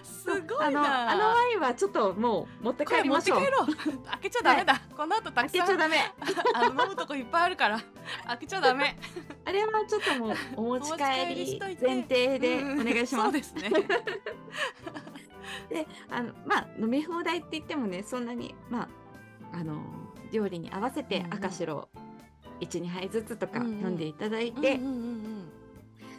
Speaker 1: すご
Speaker 2: あ
Speaker 1: い
Speaker 2: の
Speaker 1: な
Speaker 2: あのワインはちょっともう持って
Speaker 1: これ
Speaker 2: 帰り
Speaker 1: 持
Speaker 2: ま
Speaker 1: って
Speaker 2: し
Speaker 1: 帰
Speaker 2: ょう
Speaker 1: ろう開けちゃダメだ、この後たく
Speaker 2: 開けち
Speaker 1: さ
Speaker 2: ゃ
Speaker 1: ん
Speaker 2: ダメ
Speaker 1: あの飲むとこいっぱいあるから開けちゃダメ
Speaker 2: あれはちょっともうお持ち
Speaker 1: お持ち帰
Speaker 2: 帰
Speaker 1: りし
Speaker 2: り
Speaker 1: といて
Speaker 2: 前提でお願いし
Speaker 1: うん
Speaker 2: ます
Speaker 1: そうですね
Speaker 2: であのまあ飲み放題って言ってもねそんなにまああの料理に合わせ
Speaker 1: うん
Speaker 2: て
Speaker 1: うん
Speaker 2: 赤白12杯ずつとか
Speaker 1: う
Speaker 2: 飲
Speaker 1: んうん
Speaker 2: んでいただいて、
Speaker 1: うんうんうん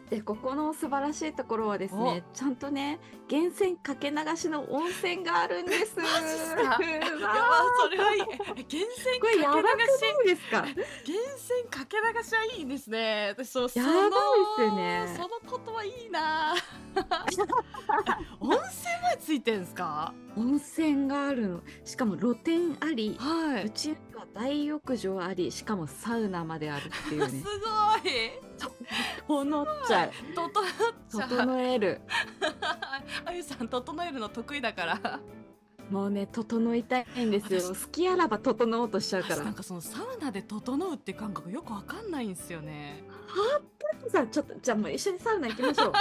Speaker 2: でここの素晴らしいところはですねちゃんとね源泉かけ流しの温泉があるんです。
Speaker 1: マジっすか
Speaker 2: う
Speaker 1: うん、いや
Speaker 2: わ
Speaker 1: まあそれはいいえ源泉
Speaker 2: こ
Speaker 1: かけ
Speaker 2: れ
Speaker 1: 流
Speaker 2: やばくな
Speaker 1: し
Speaker 2: いですか
Speaker 1: 源泉かけ流しはいいですね。私そうそ
Speaker 2: や
Speaker 1: の
Speaker 2: ばいっすよね
Speaker 1: そのことはいいな。 温泉までついてんですか。
Speaker 2: 温泉があるのしかも露天あり
Speaker 1: は
Speaker 2: う。ちは大浴場ありしかもサウナまであるっていう
Speaker 1: す
Speaker 2: ね
Speaker 1: ごい。
Speaker 2: 整っちゃう
Speaker 1: 整っちゃう。
Speaker 2: 整える
Speaker 1: あゆさん整えるの得意だから。
Speaker 2: もうね整いたいんですよ好
Speaker 1: 私
Speaker 2: きあらば整おうとしちゃうから
Speaker 1: なんかそのサウナで整うって感覚よくわかんないんですよね。
Speaker 2: さあちょっとじゃあもう一緒にサウナ行きまし ょう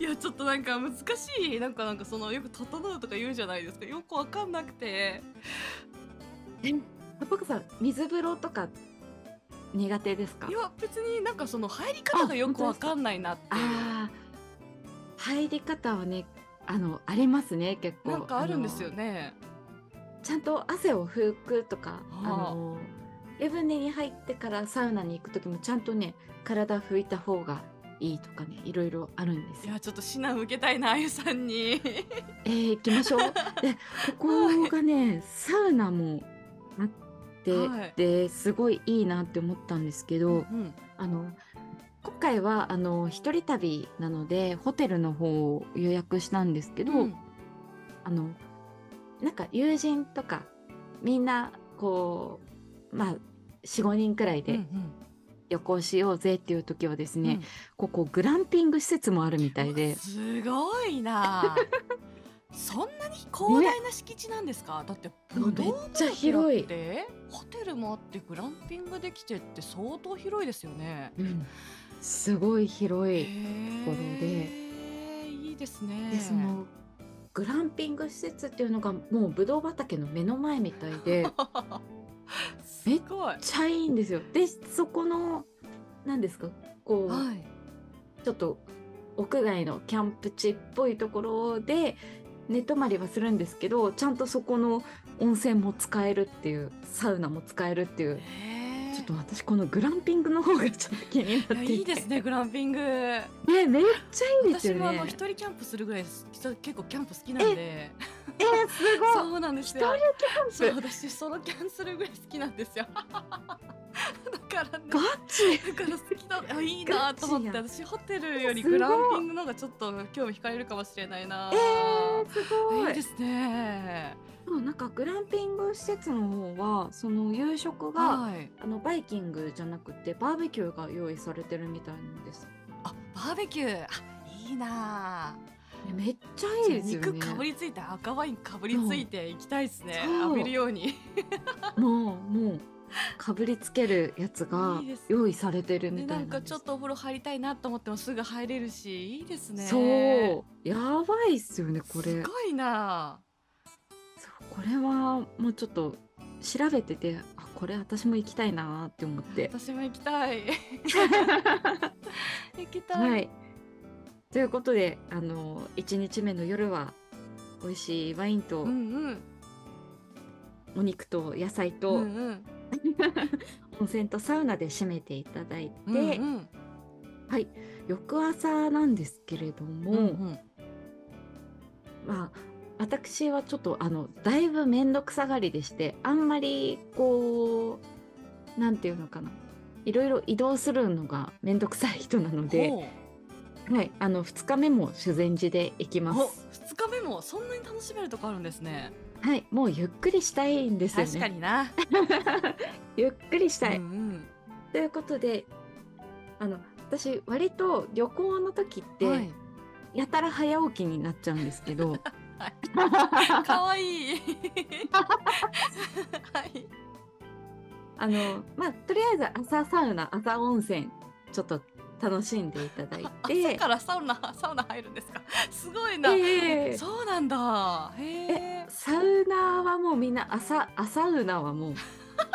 Speaker 1: いやちょっとなんか難しいなんかなんかそのよく整うとか言うじゃないですか。よくわかんなくて。
Speaker 2: パカさん水風呂とか苦手ですか
Speaker 1: いや別になんかその入り方がよくわかんないなっていう。
Speaker 2: あー入り方はねあのありますね結構
Speaker 1: なんかあるんですよね。
Speaker 2: あのちゃんと汗を拭くとか
Speaker 1: あ
Speaker 2: あ
Speaker 1: ー
Speaker 2: の湯船に入ってからサウナに行く時もちゃんとね体拭いた方がいいとかねいろいろあるんです
Speaker 1: い
Speaker 2: よ
Speaker 1: やちょっと指南受けたいなあゆさんに。
Speaker 2: えー、行きましょ う。で、ここがね、サウナもあって、
Speaker 1: はい
Speaker 2: で、すごいいいなって思ったんですけ
Speaker 1: う
Speaker 2: ど、
Speaker 1: ん、
Speaker 2: あの、今回は、あの、一人旅なので、ホテルの方を予約したんですけど、
Speaker 1: うん
Speaker 2: あの、なんか友人とか、みんな、こう、まあ、4、5人くらいで旅行しようぜっていう時はですね、ここグランピング施設もあるみた
Speaker 1: う
Speaker 2: い
Speaker 1: ん
Speaker 2: で、
Speaker 1: すごい な。そんなに広大な敷地なんですか。だって
Speaker 2: うん
Speaker 1: ぶどう
Speaker 2: めっちゃ広い
Speaker 1: でホテルもあってグランピングできてって相当広いですよね。
Speaker 2: うんすごい広
Speaker 1: へ
Speaker 2: いこれで
Speaker 1: えいいですね。
Speaker 2: でそのグランピング施設っていうのがもうぶどう畑の目の前みたい でめっ
Speaker 1: すごい。
Speaker 2: ちゃいいんですよ。でそこの何ですかこう
Speaker 1: はい。
Speaker 2: ちょっと屋外のキャンプ地っぽいところで寝泊まりはするんですけどちゃんとそこの温泉も使えるっていうサウナも使えるっていう
Speaker 1: え
Speaker 2: ちょっと私このグランピングの方がちょっと気になってい
Speaker 1: いや
Speaker 2: て
Speaker 1: いいですねグランピング
Speaker 2: ねめっちゃいいです
Speaker 1: 私
Speaker 2: よ
Speaker 1: もあ
Speaker 2: ね
Speaker 1: の一人キャンプするぐらいです人結構キャンプ好きなんで
Speaker 2: えーすごい
Speaker 1: そうなんですよ
Speaker 2: 一人キャンプ
Speaker 1: そう私ソロキャンするぐらい好きなんですよ だからね
Speaker 2: ガチ
Speaker 1: だから好きだあいいなと思って
Speaker 2: ガ
Speaker 1: 私ホテルより
Speaker 2: すご
Speaker 1: グ
Speaker 2: い
Speaker 1: ランピングの方がちょっと興味惹かれるかもしれないな
Speaker 2: えー、すご
Speaker 1: い
Speaker 2: い
Speaker 1: いですね
Speaker 2: そうなんかグランピング施設の方はその夕食が、
Speaker 1: はい
Speaker 2: あのバイキングじゃなくてバーベキューが用意されてるみたいなんです。
Speaker 1: あバーベキューあいいな
Speaker 2: えめっちゃいいですよね。
Speaker 1: 肉かぶ りついて赤ワインかぶりついていきたいですね
Speaker 2: そう
Speaker 1: 浴びるように
Speaker 2: もうもうかぶりつけるやつが
Speaker 1: いいですね
Speaker 2: 用意されて
Speaker 1: で
Speaker 2: るみた
Speaker 1: ないん
Speaker 2: な
Speaker 1: か
Speaker 2: んです。
Speaker 1: ちょっとお風呂入りたいなと思ってもすぐ入れるしいいですね
Speaker 2: そうやばいっすよねこ
Speaker 1: す
Speaker 2: れ。
Speaker 1: ごいな
Speaker 2: そうこれはもうちょっと調べててあこれ私も行きたいなーって思って。
Speaker 1: 私も行きた い行きたい、
Speaker 2: はい。ということであの1日目の夜は美味しいワインと
Speaker 1: うんうん
Speaker 2: お肉と野菜と、
Speaker 1: うんうん
Speaker 2: 温泉とサウナで締めていただいて、
Speaker 1: うんうん
Speaker 2: 翌朝なんですけれども、
Speaker 1: うんうん
Speaker 2: まあ私はちょっとあのだいぶ面倒くさがりでしてあんまりこうなんていうのかないろいろ移動するのが面倒くさい人なので、
Speaker 1: ほう
Speaker 2: はい、あの2日目も修善寺で行きま
Speaker 1: お
Speaker 2: す。
Speaker 1: 二日目もそんなに楽しめるとこあるんですね。
Speaker 2: はい、もうゆっくりしたいんですよ
Speaker 1: 確か
Speaker 2: ね。
Speaker 1: にな。
Speaker 2: ゆっくりしたい、
Speaker 1: うん
Speaker 2: ということであの私割と旅行の時っ
Speaker 1: う
Speaker 2: て、
Speaker 1: ん、 はい。
Speaker 2: やたら早起きになっちゃうんです けど
Speaker 1: はい可 愛いはい。
Speaker 2: あのまあとりあえず朝サウナ朝温泉ちょっと楽しんでいただい
Speaker 1: 朝
Speaker 2: て
Speaker 1: からサウナサウナ入るんですか。すごいな。
Speaker 2: ええ
Speaker 1: そうなんだ。へえ。
Speaker 2: サウナーはもうみんな朝朝ウナはもう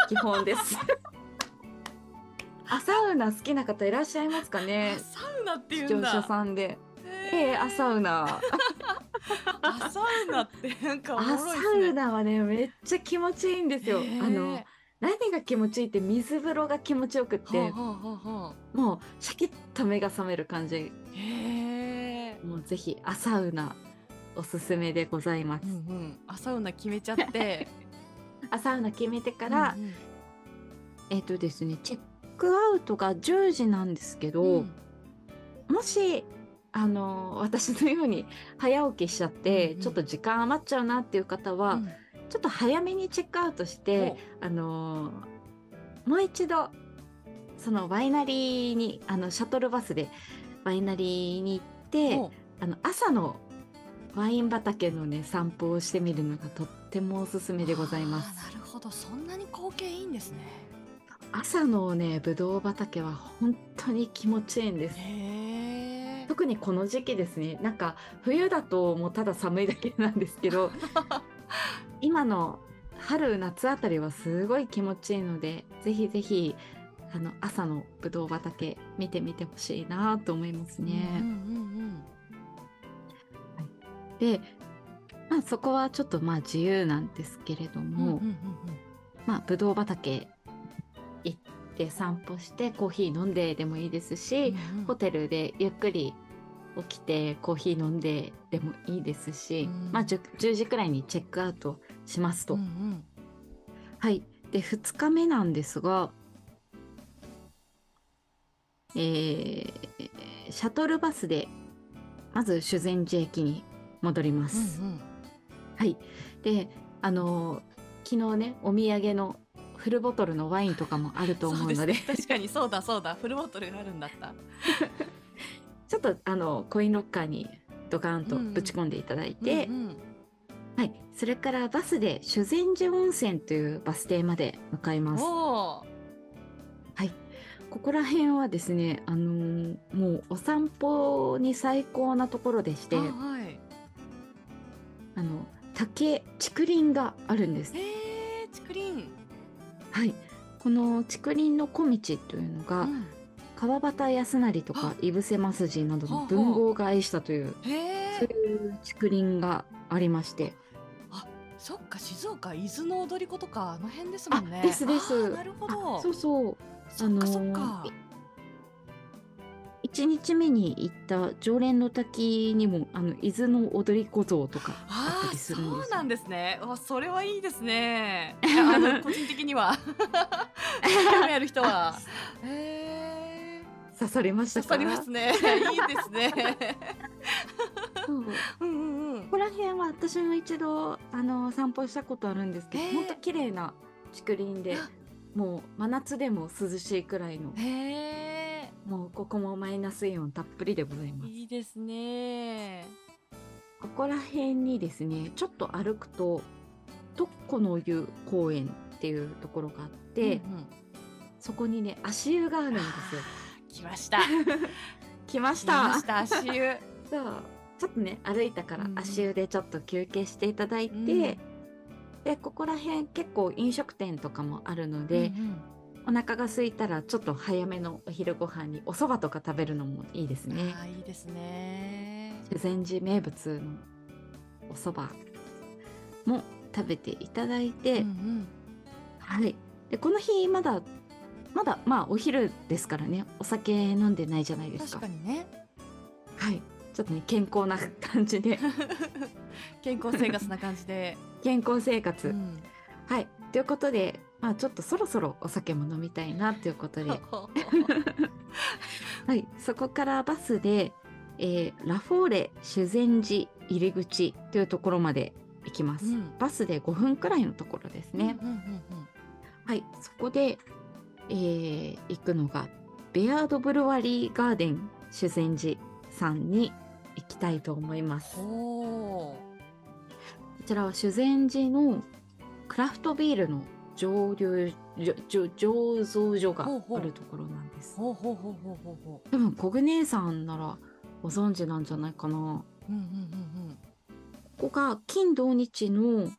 Speaker 2: 基本 です。朝ウナ好きな方いらっしゃいますかね
Speaker 1: あサウナっていう
Speaker 2: 視
Speaker 1: ん
Speaker 2: 聴
Speaker 1: だ。
Speaker 2: 者さんで。
Speaker 1: へ
Speaker 2: ええ、朝ウナ。
Speaker 1: あサウナってなんかおも
Speaker 2: 朝
Speaker 1: ろいで
Speaker 2: ウ
Speaker 1: すね。
Speaker 2: ナはね、めっちゃ気持ちいいんですよ。
Speaker 1: へえ
Speaker 2: あの、何が気持ちいいって水風呂が気持ちよくっ
Speaker 1: ほう
Speaker 2: て、
Speaker 1: ほうほうほ
Speaker 2: もうシャキッと目が覚める感じ
Speaker 1: う。へえ。
Speaker 2: もうぜひ朝ウナおすすめでございます
Speaker 1: うん。うん。あサウナ決めちゃって。
Speaker 2: 朝ウナ決めて から、
Speaker 1: うんうん
Speaker 2: えっ、とですねチェックアウトが10時なんですけど、
Speaker 1: うん
Speaker 2: もしあの私のように早起きしちゃって、
Speaker 1: うんうん
Speaker 2: ちょっと時間余っちゃうなっていう方は、
Speaker 1: うん
Speaker 2: ちょっと早めにチェックアウトして、あのもう一度そのワイナリーにあのシャトルバスでワイナリーに行って。
Speaker 1: ほう
Speaker 2: あの朝のワイン畑のね散歩をしてみるのがとってもおすすめでございます
Speaker 1: あーなるほど、そんなに光景いいんですね。
Speaker 2: 朝のねぶどう畑は本当に気持ちいいんです
Speaker 1: へえ。
Speaker 2: 特にこの時期ですねなんか冬だともうただ寒いだけなんですけ ど今の春夏あたりはすごい気持ちいいのでぜひぜひあの朝のぶどう畑見てみてほしいなと思いますね。
Speaker 1: うんうん
Speaker 2: で、まあ、そこはちょっとまあ自由なんですけれど
Speaker 1: うん。うん
Speaker 2: も、
Speaker 1: うんうん
Speaker 2: まあ、ぶどう畑行って散歩してコーヒー飲んででもいいです
Speaker 1: うん
Speaker 2: し、
Speaker 1: うんうん
Speaker 2: ホテルでゆっくり起きてコーヒー飲んででもいいですし、
Speaker 1: うん
Speaker 2: まあ、10, 10時くらいにチェックアウトしますと。
Speaker 1: うんうん
Speaker 2: はい、で2日目なんですが、えーシャトルバスでまず修善寺駅に戻ります。
Speaker 1: うんうん
Speaker 2: はい。で、あの昨日ね、お土産のフルボトルのワインとかもあると思うの
Speaker 1: そ
Speaker 2: で、
Speaker 1: すね 確かにそうだそうだ、フルボトルがあるんだった。
Speaker 2: ちょっとあのコインロッカーにドカーンとぶち込んでいただいて、
Speaker 1: うんうん
Speaker 2: はい。それからバスで修善寺温泉というバス停まで向かいます。
Speaker 1: おお、
Speaker 2: ここら辺はですね、あのーもうお散歩に最高なところでして、
Speaker 1: あ
Speaker 2: あ
Speaker 1: はい。
Speaker 2: の竹竹林があるんです。
Speaker 1: へえ、竹林。
Speaker 2: はい。この竹林の小道というのが、
Speaker 1: うん
Speaker 2: 川端康成と
Speaker 1: あ
Speaker 2: か井伏正治などの
Speaker 1: ほうほう
Speaker 2: 文豪が愛したという
Speaker 1: へえ、
Speaker 2: いう竹林がありまして、
Speaker 1: そっか静岡伊豆の踊り子とかあの辺ですもんね。
Speaker 2: あですです
Speaker 1: あーなるほど。
Speaker 2: あそうそう
Speaker 1: そっかそっ
Speaker 2: あ
Speaker 1: か
Speaker 2: のー。1日目に行った常連の滝にもあの伊豆の踊り小僧とかあ
Speaker 1: あ
Speaker 2: った
Speaker 1: あ
Speaker 2: りす
Speaker 1: そ
Speaker 2: るんで
Speaker 1: う
Speaker 2: すよ
Speaker 1: なんですね。わそれはいいです ね。いやあの個人的には興味ある人は。へえ。
Speaker 2: 刺されました
Speaker 1: 刺
Speaker 2: か
Speaker 1: さりますね。いいですね。
Speaker 2: そう
Speaker 1: うんうんうん
Speaker 2: こ。こら辺は私も一度あの散歩したことあるんですけど、
Speaker 1: えー
Speaker 2: 本当綺麗な竹林で
Speaker 1: あ
Speaker 2: もう真夏でも涼しいくらいの
Speaker 1: へえ。
Speaker 2: もうここもマイナスイオンたっぷりでございます
Speaker 1: いいですね。
Speaker 2: ここら辺にですねちょっと歩くととっこの湯公園っていうところがあって、
Speaker 1: うんうん
Speaker 2: そこにね足湯があるんですよ
Speaker 1: 来ました。
Speaker 2: 来ま し
Speaker 1: 来
Speaker 2: た
Speaker 1: ました 足湯。
Speaker 2: そうちょっとね歩いたから
Speaker 1: うん
Speaker 2: 足湯でちょっと休憩していただいて、
Speaker 1: うん
Speaker 2: でここら辺結構飲食店とかもあるので
Speaker 1: う、んうん
Speaker 2: お腹が空いたらちょっと早めのお昼ご飯にお蕎麦とか食べるのもいいですね
Speaker 1: あ。あいいですね。
Speaker 2: 修善寺名物のお蕎麦も食べていただいて、
Speaker 1: うん
Speaker 2: はい。でこの日まだまだまあお昼ですからねお酒飲んでないじゃない
Speaker 1: うん、
Speaker 2: です
Speaker 1: 確か
Speaker 2: か。
Speaker 1: にね
Speaker 2: はい。ちょっとね健康な感じ で
Speaker 1: 健康生活な感じ で、
Speaker 2: 健康生
Speaker 1: う
Speaker 2: 活、
Speaker 1: ん、
Speaker 2: はいということでまあちょっとそろそろお酒も飲みたいなということで、 はいそこからバスで、えーラフォーレ修善寺入り口というところまで行きます。
Speaker 1: うん
Speaker 2: バスで5分くらいのところですね。
Speaker 1: うんうんうん
Speaker 2: はい、そこで、えー行くのがベアードブルワリーガーデン修善寺さんに行きたいと思います。
Speaker 1: うん、
Speaker 2: こ
Speaker 1: お
Speaker 2: ちらは修善寺のクラフトビールの蒸留じょじょ醸造所が
Speaker 1: ほうほう
Speaker 2: あるところなんです。
Speaker 1: ほうほうほうほうほうほ
Speaker 2: 多分コグ姉さんならご存知なんじゃないかな。
Speaker 1: ううんうんうん
Speaker 2: ここが金土日の、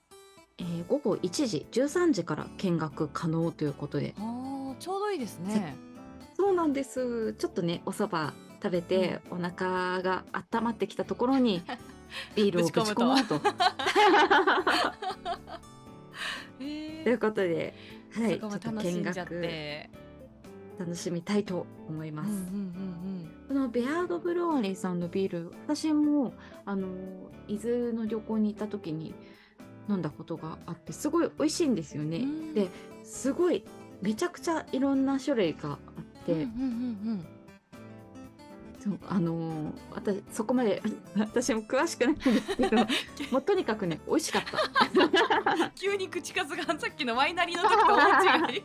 Speaker 2: えー午後1時13時から見学可能ということで
Speaker 1: うんああちょうどいいですね
Speaker 2: そうなんです。ちょっとね、お蕎麦食べて、お腹が温まってきたとこ ろに。ビールをぶ
Speaker 1: ぶ
Speaker 2: ち
Speaker 1: ち込む
Speaker 2: 込
Speaker 1: と
Speaker 2: もうと。
Speaker 1: へ
Speaker 2: とい
Speaker 1: え
Speaker 2: うことで、は
Speaker 1: そ
Speaker 2: い、ち
Speaker 1: こ
Speaker 2: ょ
Speaker 1: も
Speaker 2: っと
Speaker 1: 楽し
Speaker 2: 見
Speaker 1: んじゃっ
Speaker 2: 学
Speaker 1: て、
Speaker 2: 楽しみたいと思い
Speaker 1: うん
Speaker 2: ま
Speaker 1: うん
Speaker 2: す。
Speaker 1: うん
Speaker 2: このベアードブルワリーさんのビール、私もあの伊豆の旅行に行った時に飲んだことがあって、すごい美味しいんですよ
Speaker 1: う
Speaker 2: ね。
Speaker 1: ん、
Speaker 2: で、すごいめちゃくちゃいろんな種類があって。
Speaker 1: うんうんうん
Speaker 2: そうあのー私そこまで 私も詳しくないんです けどもうとにかくね美味しかった
Speaker 1: うん、 急に口数がさっきのワイナリーの時と大 違い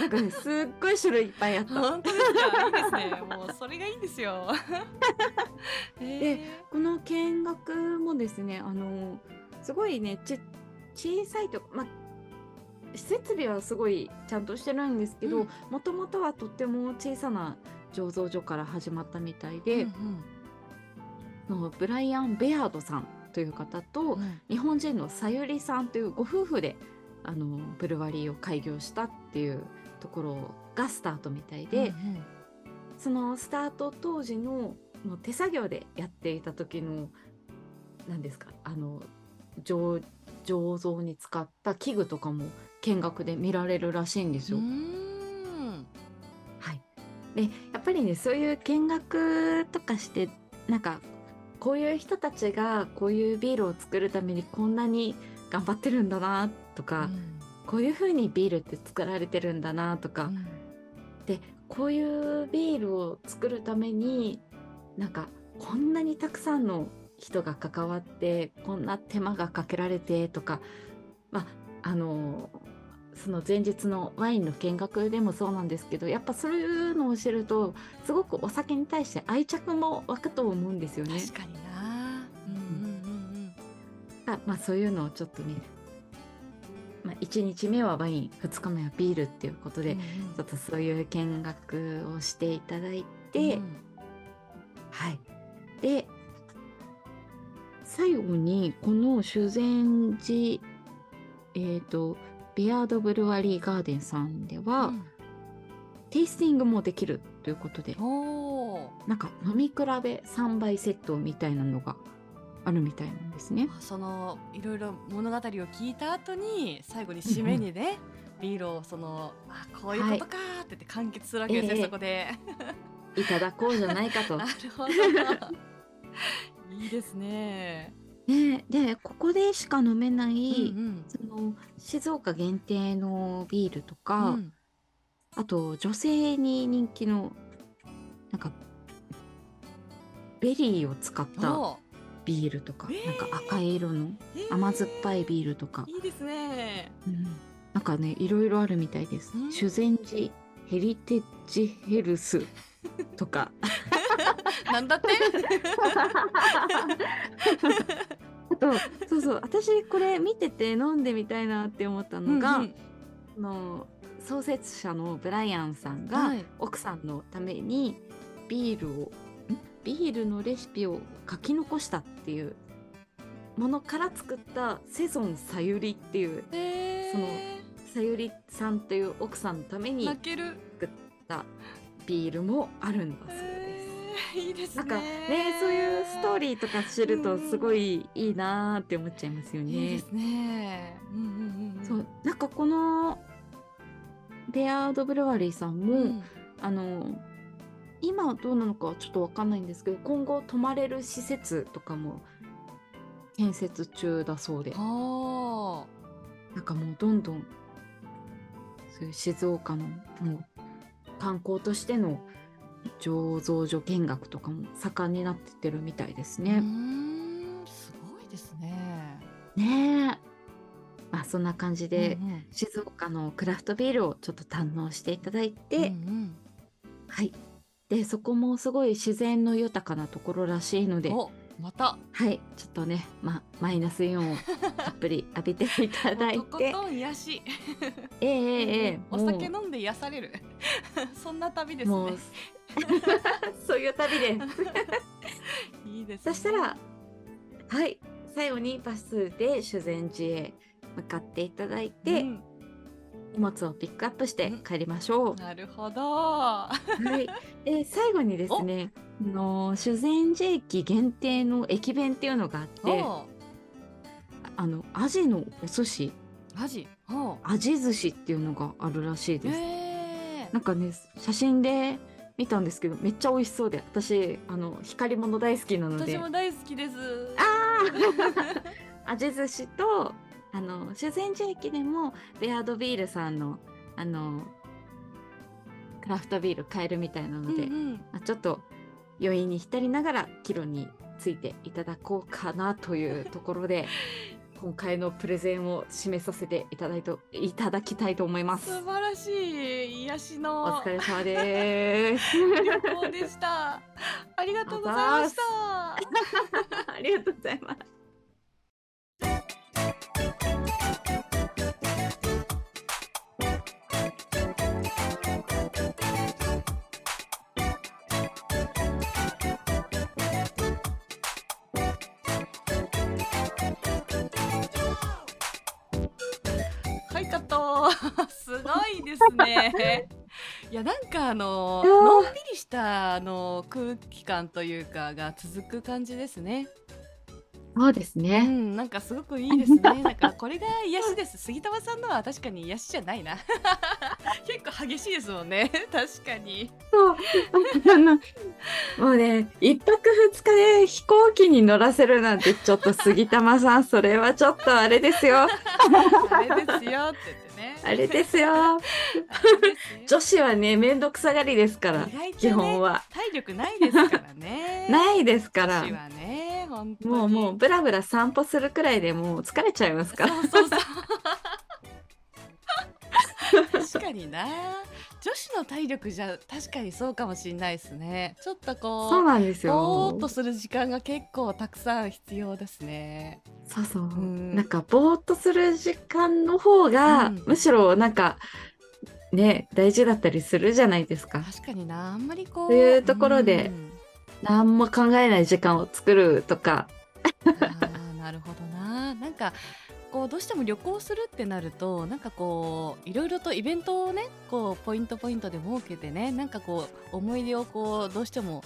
Speaker 2: なんかねすっごい種類いっぱいあった
Speaker 1: 本当ですかいいですねもうそれがいいんです よへえ
Speaker 2: この見学もですねあのーすごいねち小さいとまあ設備はすごいちゃんとしてるんですけ
Speaker 1: う
Speaker 2: ど
Speaker 1: ん
Speaker 2: もともとはとっても小さな醸造所から始まったみたいで、そのブライアン・ベアードさんという方と、
Speaker 1: うんうん
Speaker 2: 日本人のさゆりさんというご夫婦であのブルワリーを開業したっていうところがスタートみたいで、
Speaker 1: うんうん
Speaker 2: そのスタート当時のもう手作業でやっていた時の何ですかあの醸醸造に使った器具とかも見学で見られるらしいんですよ。
Speaker 1: うーん
Speaker 2: はい、でやっぱりねそういう見学とかしてなんかこういう人たちがこういうビールを作るためにこんなに頑張ってるんだなとか、こういう風にビールって作られてるんだなとか、
Speaker 1: うん
Speaker 2: でこういうビールを作るためになんかこんなにたくさんの人が関わってこんな手間がかけられてとかまああのその前日のワインの見学でもそうなんですけどやっぱそういうのを知るとすごくお酒に対して愛着も湧くと思うんですよね
Speaker 1: 確。かになうんうん
Speaker 2: あまあそういうのをちょっとね、まあ、1日目はワイン2日目はビールっていうこと
Speaker 1: うんう
Speaker 2: で、
Speaker 1: ん
Speaker 2: ちょっとそういう見学をしていただいて、
Speaker 1: うん
Speaker 2: はい。で、最後に、この修善寺、えっ、と、ビアードブルワリーガーデンさんでは、
Speaker 1: うん
Speaker 2: テイスティングもできるということで、
Speaker 1: おお
Speaker 2: なんか飲み比べ3倍セットみたいなのがあるみたいなんですね。
Speaker 1: ーそのいろいろ物語を聞いた後に最後に締めにね、ビールをそのあこういうことかーって言って完結するわけですね、
Speaker 2: ええ
Speaker 1: そこで。
Speaker 2: いただこうじゃないかと
Speaker 1: な。るほど。 いいですね。
Speaker 2: ね、でここでしか飲めない、
Speaker 1: うん
Speaker 2: その静岡限定のビールと
Speaker 1: うん
Speaker 2: か、
Speaker 1: うん
Speaker 2: あと女性に人気のなんかベリーを使った
Speaker 1: お
Speaker 2: ビールとか、
Speaker 1: えー
Speaker 2: なんか赤い色の
Speaker 1: えー
Speaker 2: 甘酸っぱいビールとか、
Speaker 1: いいですね。
Speaker 2: うんなんかねいろいろあるみたいです
Speaker 1: うん。
Speaker 2: 修善寺ヘリテッジヘ ルスとか
Speaker 1: なんだって。
Speaker 2: あとそうそう私これ見てて飲んでみたいなって思ったのが、
Speaker 1: うん
Speaker 2: あの創設者のブライアンさ
Speaker 1: う
Speaker 2: ん
Speaker 1: ん
Speaker 2: が、
Speaker 1: はい
Speaker 2: 奥さんのためにビールをんビールのレシピを書き残したっていうものから作ったセゾンさゆりっていう
Speaker 1: え
Speaker 2: そのさゆりさんという奥さんのため
Speaker 1: ー、
Speaker 2: に
Speaker 1: 泣ける。
Speaker 2: 作ったビールもあるんだそうです。
Speaker 1: えーいいですね。
Speaker 2: なんかねそういうストー
Speaker 1: ー。
Speaker 2: リーとか知る
Speaker 1: う
Speaker 2: と
Speaker 1: んうん
Speaker 2: すごいいいなーって思っちゃいますよね。
Speaker 1: いいですね。うんうんうんうん。
Speaker 2: そうなんかこのベアードブルワリーさんも、
Speaker 1: うん。
Speaker 2: あの今はどうなのかはちょっとわかんないんですけど今後泊まれる施設とかも建設中だそうで
Speaker 1: は
Speaker 2: なんかもうどんどんそういう静岡のもう観光としての醸造所見学とかも盛んになってってるみたいです
Speaker 1: あ。うー
Speaker 2: ね。
Speaker 1: んすごいですね。
Speaker 2: ねえ。まあそんな感じで、
Speaker 1: うんうん
Speaker 2: 静岡のクラフトビールをちょっと堪能していただいて、
Speaker 1: うん
Speaker 2: はい。でそこもすごい自然の豊かなところらしいの
Speaker 1: う
Speaker 2: で
Speaker 1: ん、おまた。
Speaker 2: はい、ちょっとね、ま、マイナスイオンをたっぷり浴びてい ただい
Speaker 1: とこ
Speaker 2: て、
Speaker 1: とん癒し。
Speaker 2: ええええ
Speaker 1: お酒飲んで癒される。 そんな旅です
Speaker 2: もう
Speaker 1: ね
Speaker 2: もう。 そういう旅で、
Speaker 1: いいです、
Speaker 2: そ
Speaker 1: ね。
Speaker 2: したら、はい、最後にバスで修善寺へ向かっていただいて、
Speaker 1: うん
Speaker 2: 荷物をピックアップして
Speaker 1: うん
Speaker 2: 帰りましょ
Speaker 1: なるほど。
Speaker 2: う。はい、で最後にですね、あの修善寺駅限定の駅弁っていうのがあって、
Speaker 1: お
Speaker 2: あのアジのお寿司、
Speaker 1: マジ。お
Speaker 2: アジ寿司っていうのがあるらしいです。
Speaker 1: え
Speaker 2: なんかね写真で見たんですけどめっちゃ美味しそうで私あの光り物大好きなの
Speaker 1: 私
Speaker 2: で
Speaker 1: も大好きです。
Speaker 2: 味寿司とあの修善寺駅でもベアードビールさんのあのクラフトビール買えるみたいなので、
Speaker 1: うんうん
Speaker 2: まあちょっと余韻に浸りながら帰路についていただこうかなというところ で今回のプレゼンを締めさせていただいといただきたいと思います。
Speaker 1: 素晴らしい癒し
Speaker 2: お
Speaker 1: の
Speaker 2: 疲れ様です。
Speaker 1: 旅行でした。ありがとうございました。
Speaker 2: ありがとうございます。
Speaker 1: はい、カット。 すごいですね。いや、なんか、あの、
Speaker 2: いやー
Speaker 1: のんびりした、あの、空気感というか、が続く感じですね。
Speaker 2: そうです
Speaker 1: う
Speaker 2: ね。
Speaker 1: ん、なんか、すごくいい ですね。なんか、これが癒しです。杉玉さんのは、確かに癒しじゃないな。 結構激しいですもんね。確かに。
Speaker 2: そう。あの、もうね、一泊二日で飛行機に乗らせるなんて、ちょっと杉玉さん、それはちょっとあれですよ。
Speaker 1: あれですよって言ってね。
Speaker 2: あれですよ。
Speaker 1: あれですよ
Speaker 2: 女子はね、めんどくさがりですから
Speaker 1: 意、外と
Speaker 2: 基
Speaker 1: ね
Speaker 2: 本は。
Speaker 1: 体力ないですからね
Speaker 2: ないですから
Speaker 1: 女子。はね本当に
Speaker 2: もうもうブラブラ散歩するくらいでもう疲れちゃいますから。
Speaker 1: そうそうそう確かにな女子の体力じゃ確かにそうかもしれないですねちょっと
Speaker 2: そう
Speaker 1: こう
Speaker 2: なんです
Speaker 1: ぼーっ
Speaker 2: よ
Speaker 1: と。する時間が結構たくさん必要ですね
Speaker 2: そうそう。
Speaker 1: ん
Speaker 2: なんかぼーっとする時間の方が、
Speaker 1: うん
Speaker 2: むしろなんかね大事だったりするじゃないですか。
Speaker 1: 確かになあんまりこう
Speaker 2: そういうところで
Speaker 1: うん
Speaker 2: 何も考えない時間を作るとか。
Speaker 1: あーなるほどななんかこうどうしても旅行するってなるとなんかこういろいろとイベントをねこうポイントポイントで設けてねなんかこう思い出をこうどうしても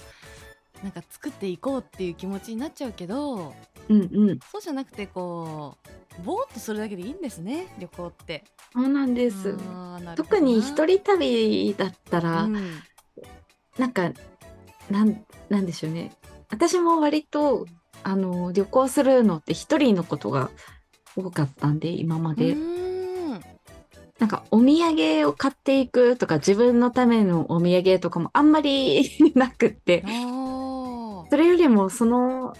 Speaker 1: なんか作っていこうっていう気持ちになっちゃうけど
Speaker 2: うんうん。
Speaker 1: そうじゃなくてこうぼーっとするだけでいいんですね旅行って。
Speaker 2: そうなんです。
Speaker 1: あーなるほど
Speaker 2: 特
Speaker 1: な
Speaker 2: に一人旅だったら、
Speaker 1: うん
Speaker 2: なんか、なん、なんでしょうね。私も割と、あの、旅行するのって一人のことが多かったんで、今ま
Speaker 1: う
Speaker 2: で。
Speaker 1: ーん
Speaker 2: なんか、お土産を買っていくとか、自分のためのお土産とかもあんまり なくって、
Speaker 1: あー
Speaker 2: それよりも、その、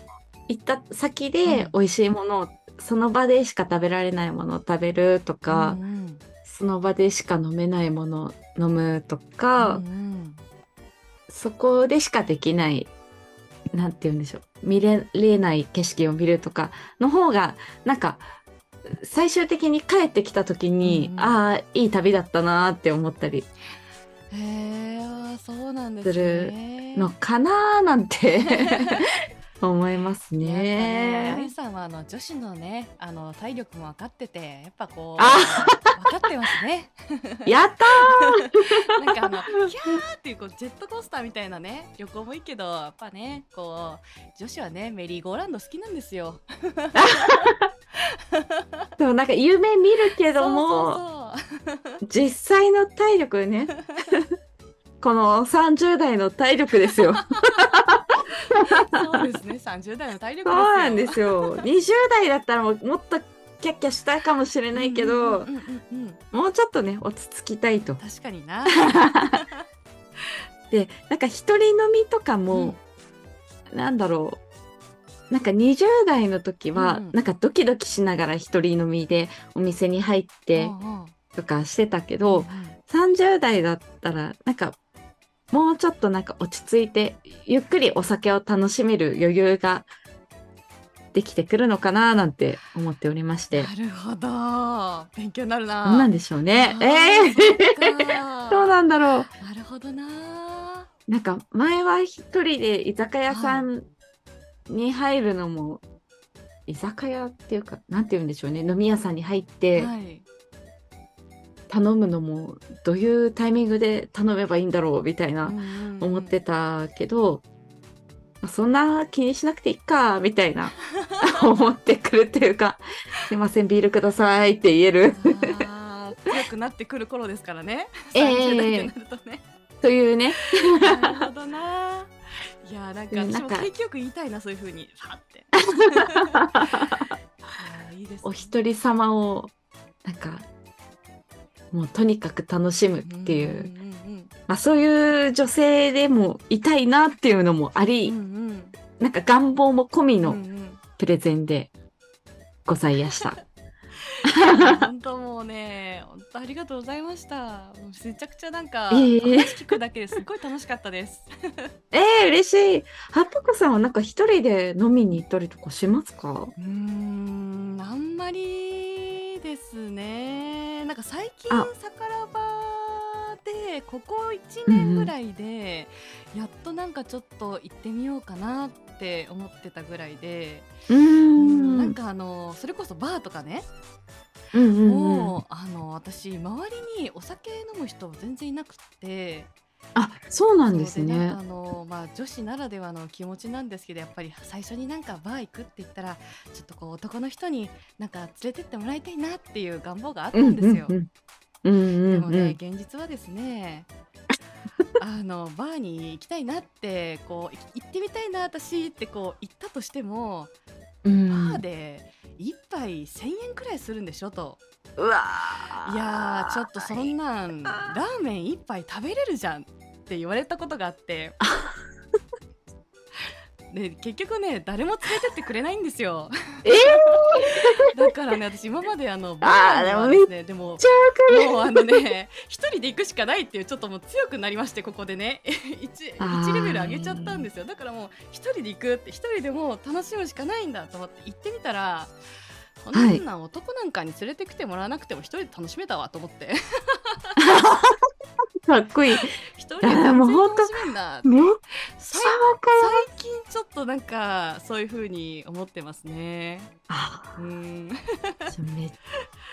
Speaker 2: 行った先で
Speaker 1: うん
Speaker 2: 美味しいものを、その場でしか食べられないものを食べるとか、
Speaker 1: うんうん
Speaker 2: その場でしか飲めないものを飲むとか、
Speaker 1: うんうん
Speaker 2: そこでしかできない、なんて言うんでしょう、見れれない景色を見るとかの方が、なんか、最終的に帰ってきた時
Speaker 1: う
Speaker 2: に、
Speaker 1: んうん
Speaker 2: ああ、いい旅だったなーって思ったり
Speaker 1: へえそうなんですね。
Speaker 2: のかなーなん て思います
Speaker 1: やっぱね、ア
Speaker 2: ね
Speaker 1: リ。さんはあの女子のね、あの体力も分かってて、やっぱこう。
Speaker 2: あ
Speaker 1: 分かってます ね。
Speaker 2: やった
Speaker 1: なんかあの、キャーっていうこうジェットコースターみたいなね、旅行もいいけど、やっぱね、こう。女子はね、メリーゴーランド好きなんですよ。
Speaker 2: ーでもなんか夢見るけども、
Speaker 1: そうそう
Speaker 2: 実際の体 力ね。この30代の体力ですよ。
Speaker 1: そう、そうですね、三十代の体力
Speaker 2: そう
Speaker 1: ですよ。
Speaker 2: なんですよ。20代だったらもうもっとキャッキャしたかもしれないけど、
Speaker 1: うんうんうんうんうん
Speaker 2: もうちょっとね落ち着きたいと。
Speaker 1: 確かにな。
Speaker 2: でなんか一人飲みとか
Speaker 1: うん
Speaker 2: も、なんだろうなんか20代の時は、
Speaker 1: うん
Speaker 2: なんかドキドキしながら一人飲みでお店に入っ
Speaker 1: う
Speaker 2: て
Speaker 1: んうん
Speaker 2: とかしてたけ
Speaker 1: う
Speaker 2: ど、
Speaker 1: んうん
Speaker 2: 30代だったらなんかもうちょっとなんか落ち着いてゆっくりお酒を楽しめる余裕ができてくるのかななんて思っておりまして。
Speaker 1: なるほど、勉強になるな。
Speaker 2: どうなんでしょうね。ええ
Speaker 1: ー
Speaker 2: どうなんだろ
Speaker 1: なるほどなー。
Speaker 2: う。なんか前は一人で居酒屋さんに入るのも、居酒屋っていうか、なんて言うんでしょうね。飲み屋さんに入って
Speaker 1: はい。
Speaker 2: 頼むのも、どういうタイミングで頼めばいいんだろうみたいな思ってたけど、まあそんな気にしなくていいか、みたい な思ってくるっていうか、すいません、ビールくださいって言える
Speaker 1: あー強くなってくる頃ですからね。
Speaker 2: ええ
Speaker 1: 30代ってなるとね。
Speaker 2: というね。
Speaker 1: なるほど なー。いやーなんか
Speaker 2: うんな
Speaker 1: 私
Speaker 2: ん
Speaker 1: も
Speaker 2: か
Speaker 1: 景気よく言いたいなそういう風にファ って。いやーいいですね
Speaker 2: お一人様をなんかもうとにかく楽しむっていう、
Speaker 1: んうん
Speaker 2: まあ、そういう女性でもいたいなっていうのもあ
Speaker 1: うん
Speaker 2: り、
Speaker 1: うんうん
Speaker 2: なんか願望も込み
Speaker 1: うんう
Speaker 2: の
Speaker 1: ん
Speaker 2: プレゼンでございや した。
Speaker 1: 本当もうね、本当ありがとうございました。もうめちゃくちゃなんか、
Speaker 2: いえいえ
Speaker 1: 話聞くだけですっごい楽しかったです。
Speaker 2: ええ嬉しい八角さんはなんか一人で飲みに行ったりとかしますか
Speaker 1: うーん、あんまりですね。なんか最近
Speaker 2: あ
Speaker 1: サカラバでここ1年ぐらいで、やっとなんかちょっと行ってみようかなって思ってたぐらいで、
Speaker 2: うーん
Speaker 1: なんかあのそれこそバーとかね、
Speaker 2: うんうんうん
Speaker 1: もうあの私周りにお酒飲む人全然いなくって。
Speaker 2: あそうなん
Speaker 1: そう
Speaker 2: です
Speaker 1: なん
Speaker 2: ね
Speaker 1: かあのまあ女子ならではの気持ちなんですけどやっぱり最初になんかバー行くって言ったらちょっとこう男の人になんか連れてってもらいたいなっていう願望があったんですよ。
Speaker 2: うんうんうん
Speaker 1: で
Speaker 2: う
Speaker 1: も
Speaker 2: んうん
Speaker 1: ね現実はですねあのバーに行きたいなってこうい行ってみたいな私ってこう言ったとしても、
Speaker 2: うん
Speaker 1: バーで一杯1,000円くらいするんでしょと
Speaker 2: うわ
Speaker 1: いやーちょっとそんなんラ
Speaker 2: あー
Speaker 1: ーメン一杯食べれるじゃんって言われたことがあっ てで結局ね誰も連れてってくれないんですよ
Speaker 2: え
Speaker 1: だからね私今まであのバ
Speaker 2: あー
Speaker 1: ーにはですねでも
Speaker 2: ちゃわかる
Speaker 1: もうあのね一人で行くしかないっていうちょっともう強くなりましてここでね 一
Speaker 2: あー
Speaker 1: 一レベル上げちゃったんですよだからもう一人で行くって一人でもう楽しむしかないんだと思って行ってみたらこんなん男なんかに連れてきてもらわなくても一人で楽しめたわと思って
Speaker 2: かっ こいい。
Speaker 1: 一人で
Speaker 2: いや
Speaker 1: 全
Speaker 2: もう
Speaker 1: 然
Speaker 2: 本当
Speaker 1: 楽しめんな
Speaker 2: めっちゃ
Speaker 1: 最
Speaker 2: わかる。
Speaker 1: 最近ちょっとなんかそういう風に思ってますね
Speaker 2: あ
Speaker 1: うん
Speaker 2: めっ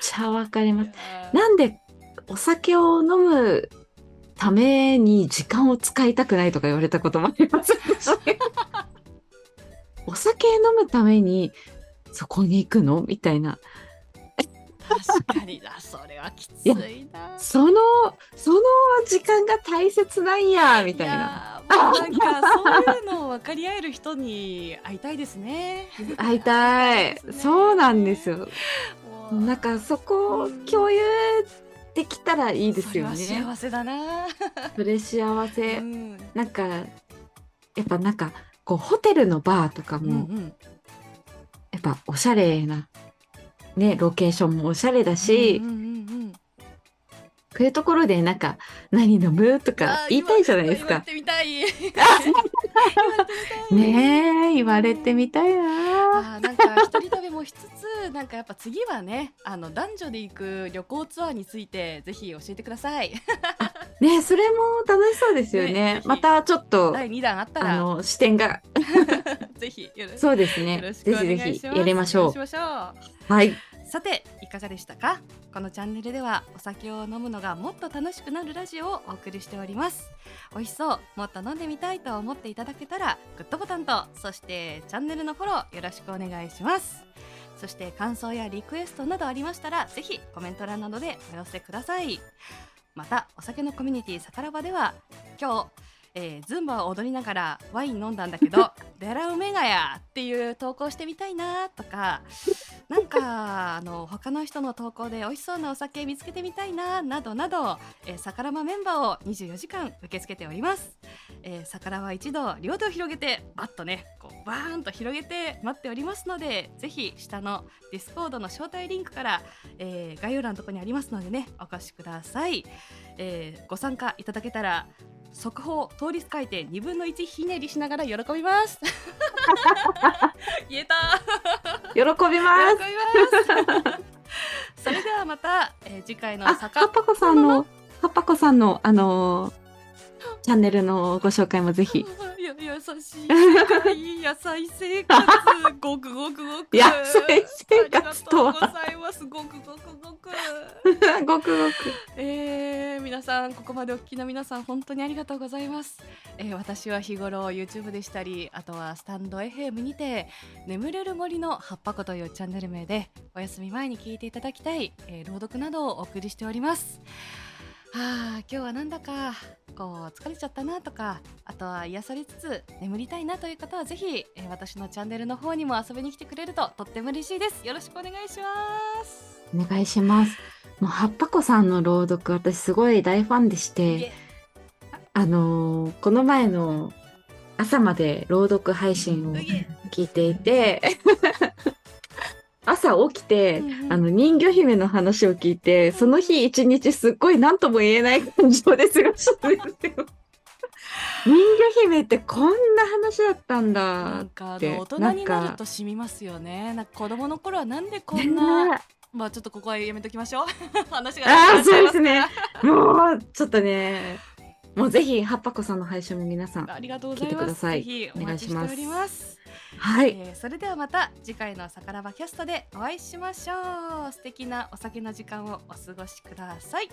Speaker 2: ちゃわかります。
Speaker 1: あー
Speaker 2: なんでお酒を飲むために時間を使いたくないとか言われたこともあります。私お酒飲むためにそこに行くのみたいな。
Speaker 1: 確かになそれはきついな
Speaker 2: その、その時間が大切なんや、みたいな。
Speaker 1: やーもうなんかそういうのを分かり合える人に会いたいですね。
Speaker 2: 会いたい
Speaker 1: そう。ですね
Speaker 2: そうなんですよ。
Speaker 1: もう
Speaker 2: なんかそこを共有できたらいいですよね。
Speaker 1: それは幸せだな。
Speaker 2: それ幸せ。
Speaker 1: うん
Speaker 2: なんか、やっぱなんか、こう、ホテルのバーとか
Speaker 1: うんう
Speaker 2: も、
Speaker 1: ん
Speaker 2: やっぱおしゃれな、ね、ロケーションもおしゃれだし、
Speaker 1: うんうんうんうん
Speaker 2: こういうところでなんか、何飲むとか
Speaker 1: あー
Speaker 2: 言いたいじゃないです
Speaker 1: 今
Speaker 2: か
Speaker 1: 今。言ってみたい。 言ってみたい
Speaker 2: ねえ、言われてみたいな。
Speaker 1: あーなんか一人旅もしつつなんかやっぱ次はねあの男女で行く旅行ツアーについてぜひ教えてください
Speaker 2: ねそれも楽しそうですよね。
Speaker 1: ねぜひ
Speaker 2: またちょっと、
Speaker 1: 第二弾あった
Speaker 2: あ
Speaker 1: ら
Speaker 2: の、視点が、
Speaker 1: ぜひよろしく
Speaker 2: そうです
Speaker 1: よ
Speaker 2: ね。
Speaker 1: ろしく
Speaker 2: ぜ
Speaker 1: お願
Speaker 2: ひぜ
Speaker 1: いします
Speaker 2: ひやりましょ
Speaker 1: しましょう
Speaker 2: う。はい。
Speaker 1: さていかがでしたかこのチャンネルではお酒を飲むのがもっと楽しくなるラジオをお送りしております美味しそうもっと飲んでみたいと思っていただけたらグッドボタンとそしてチャンネルのフォローよろしくお願いしますそして感想やリクエストなどありましたらぜひコメント欄などでお寄せくださいまたお酒のコミュニティさからばでは今日えーズンバを踊りながらワイン飲んだんだけど 「デラウメガヤ」っていう投稿してみたいなとかなんかあの他の人の投稿で美味しそうなお酒見つけてみたいななどなど、えー、さからばメンバーを24時間受け付けております、えー、さからば一度両手を広げてバッとねこうバーンと広げて待っておりますのでぜひ下のディスコードの招待リンクから、えー概要欄のところにありますのでねお越しください、えーご参加いただけたら速報通り回転2分の1ひねりしながら喜びます 言えた
Speaker 2: 喜びます。
Speaker 1: 喜びます。それではまた、えー次回の
Speaker 2: あ、
Speaker 1: 坂
Speaker 2: はっぱこさんの、はっぱこさんの、あのーチャンネルのご紹介もぜひ。
Speaker 1: よ優しい世界野菜生活ごくごくごく
Speaker 2: 野菜生活とは
Speaker 1: ありがとうございますごくごくごく
Speaker 2: ごくごく。
Speaker 1: えー、皆さんここまでお聞きの皆さん本当にありがとうございます、えー、私は日頃 YouTube でしたりあとはスタンド FM にて眠れる森の葉っぱこというチャンネル名でお休み前に聞いていただきたい、えー朗読などをお送りしておりますはあ今日はなんだかこう疲れちゃったなとかあとは癒されつつ眠りたいなという方はぜひ、えー私のチャンネルの方にも遊びに来てくれるととっても嬉しいですよろしくお願いします
Speaker 2: お願いします。もう、はっぱこさんの朗読、私すごい大ファンでし
Speaker 1: い
Speaker 2: て
Speaker 1: え、
Speaker 2: あのーこの前の朝まで朗読配信を
Speaker 1: いえ
Speaker 2: 聞いて いて、朝起きて
Speaker 1: うんう、ん
Speaker 2: あの、人魚姫の話を聞いて、その日一日すっごい何とも言えない感情で過ごしたんです よ。人魚姫ってこんな話だったん
Speaker 1: な
Speaker 2: だ
Speaker 1: ん。かあ
Speaker 2: って
Speaker 1: の大
Speaker 2: な
Speaker 1: 人
Speaker 2: ん
Speaker 1: に
Speaker 2: か
Speaker 1: なると染みますよね。なんか子供の頃はなんでこ
Speaker 2: ね
Speaker 1: んな、まあちょっとここはやめときましょう。 話が
Speaker 2: ああ、
Speaker 1: 長くな
Speaker 2: そう
Speaker 1: っちゃいま
Speaker 2: ですね。もう、ちょっとね、もうぜひ、はっぱこさんの配信も皆さん
Speaker 1: す。ありがとうござい
Speaker 2: 聞いてく
Speaker 1: ま
Speaker 2: だ
Speaker 1: す。
Speaker 2: さ
Speaker 1: ぜ
Speaker 2: い
Speaker 1: ひお
Speaker 2: お願い
Speaker 1: 待ち
Speaker 2: し
Speaker 1: して
Speaker 2: ま
Speaker 1: お
Speaker 2: す
Speaker 1: ります。
Speaker 2: はい。
Speaker 1: えーそれではまた次回のさからばキャストでお会いしましょう。素敵なお酒の時間をお過ごしください。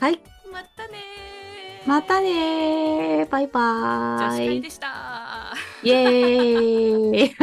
Speaker 2: はい。
Speaker 1: またねー。
Speaker 2: またねー。バイバ
Speaker 1: 女子
Speaker 2: ー
Speaker 1: 会
Speaker 2: イ。
Speaker 1: でした。
Speaker 2: イエーイ。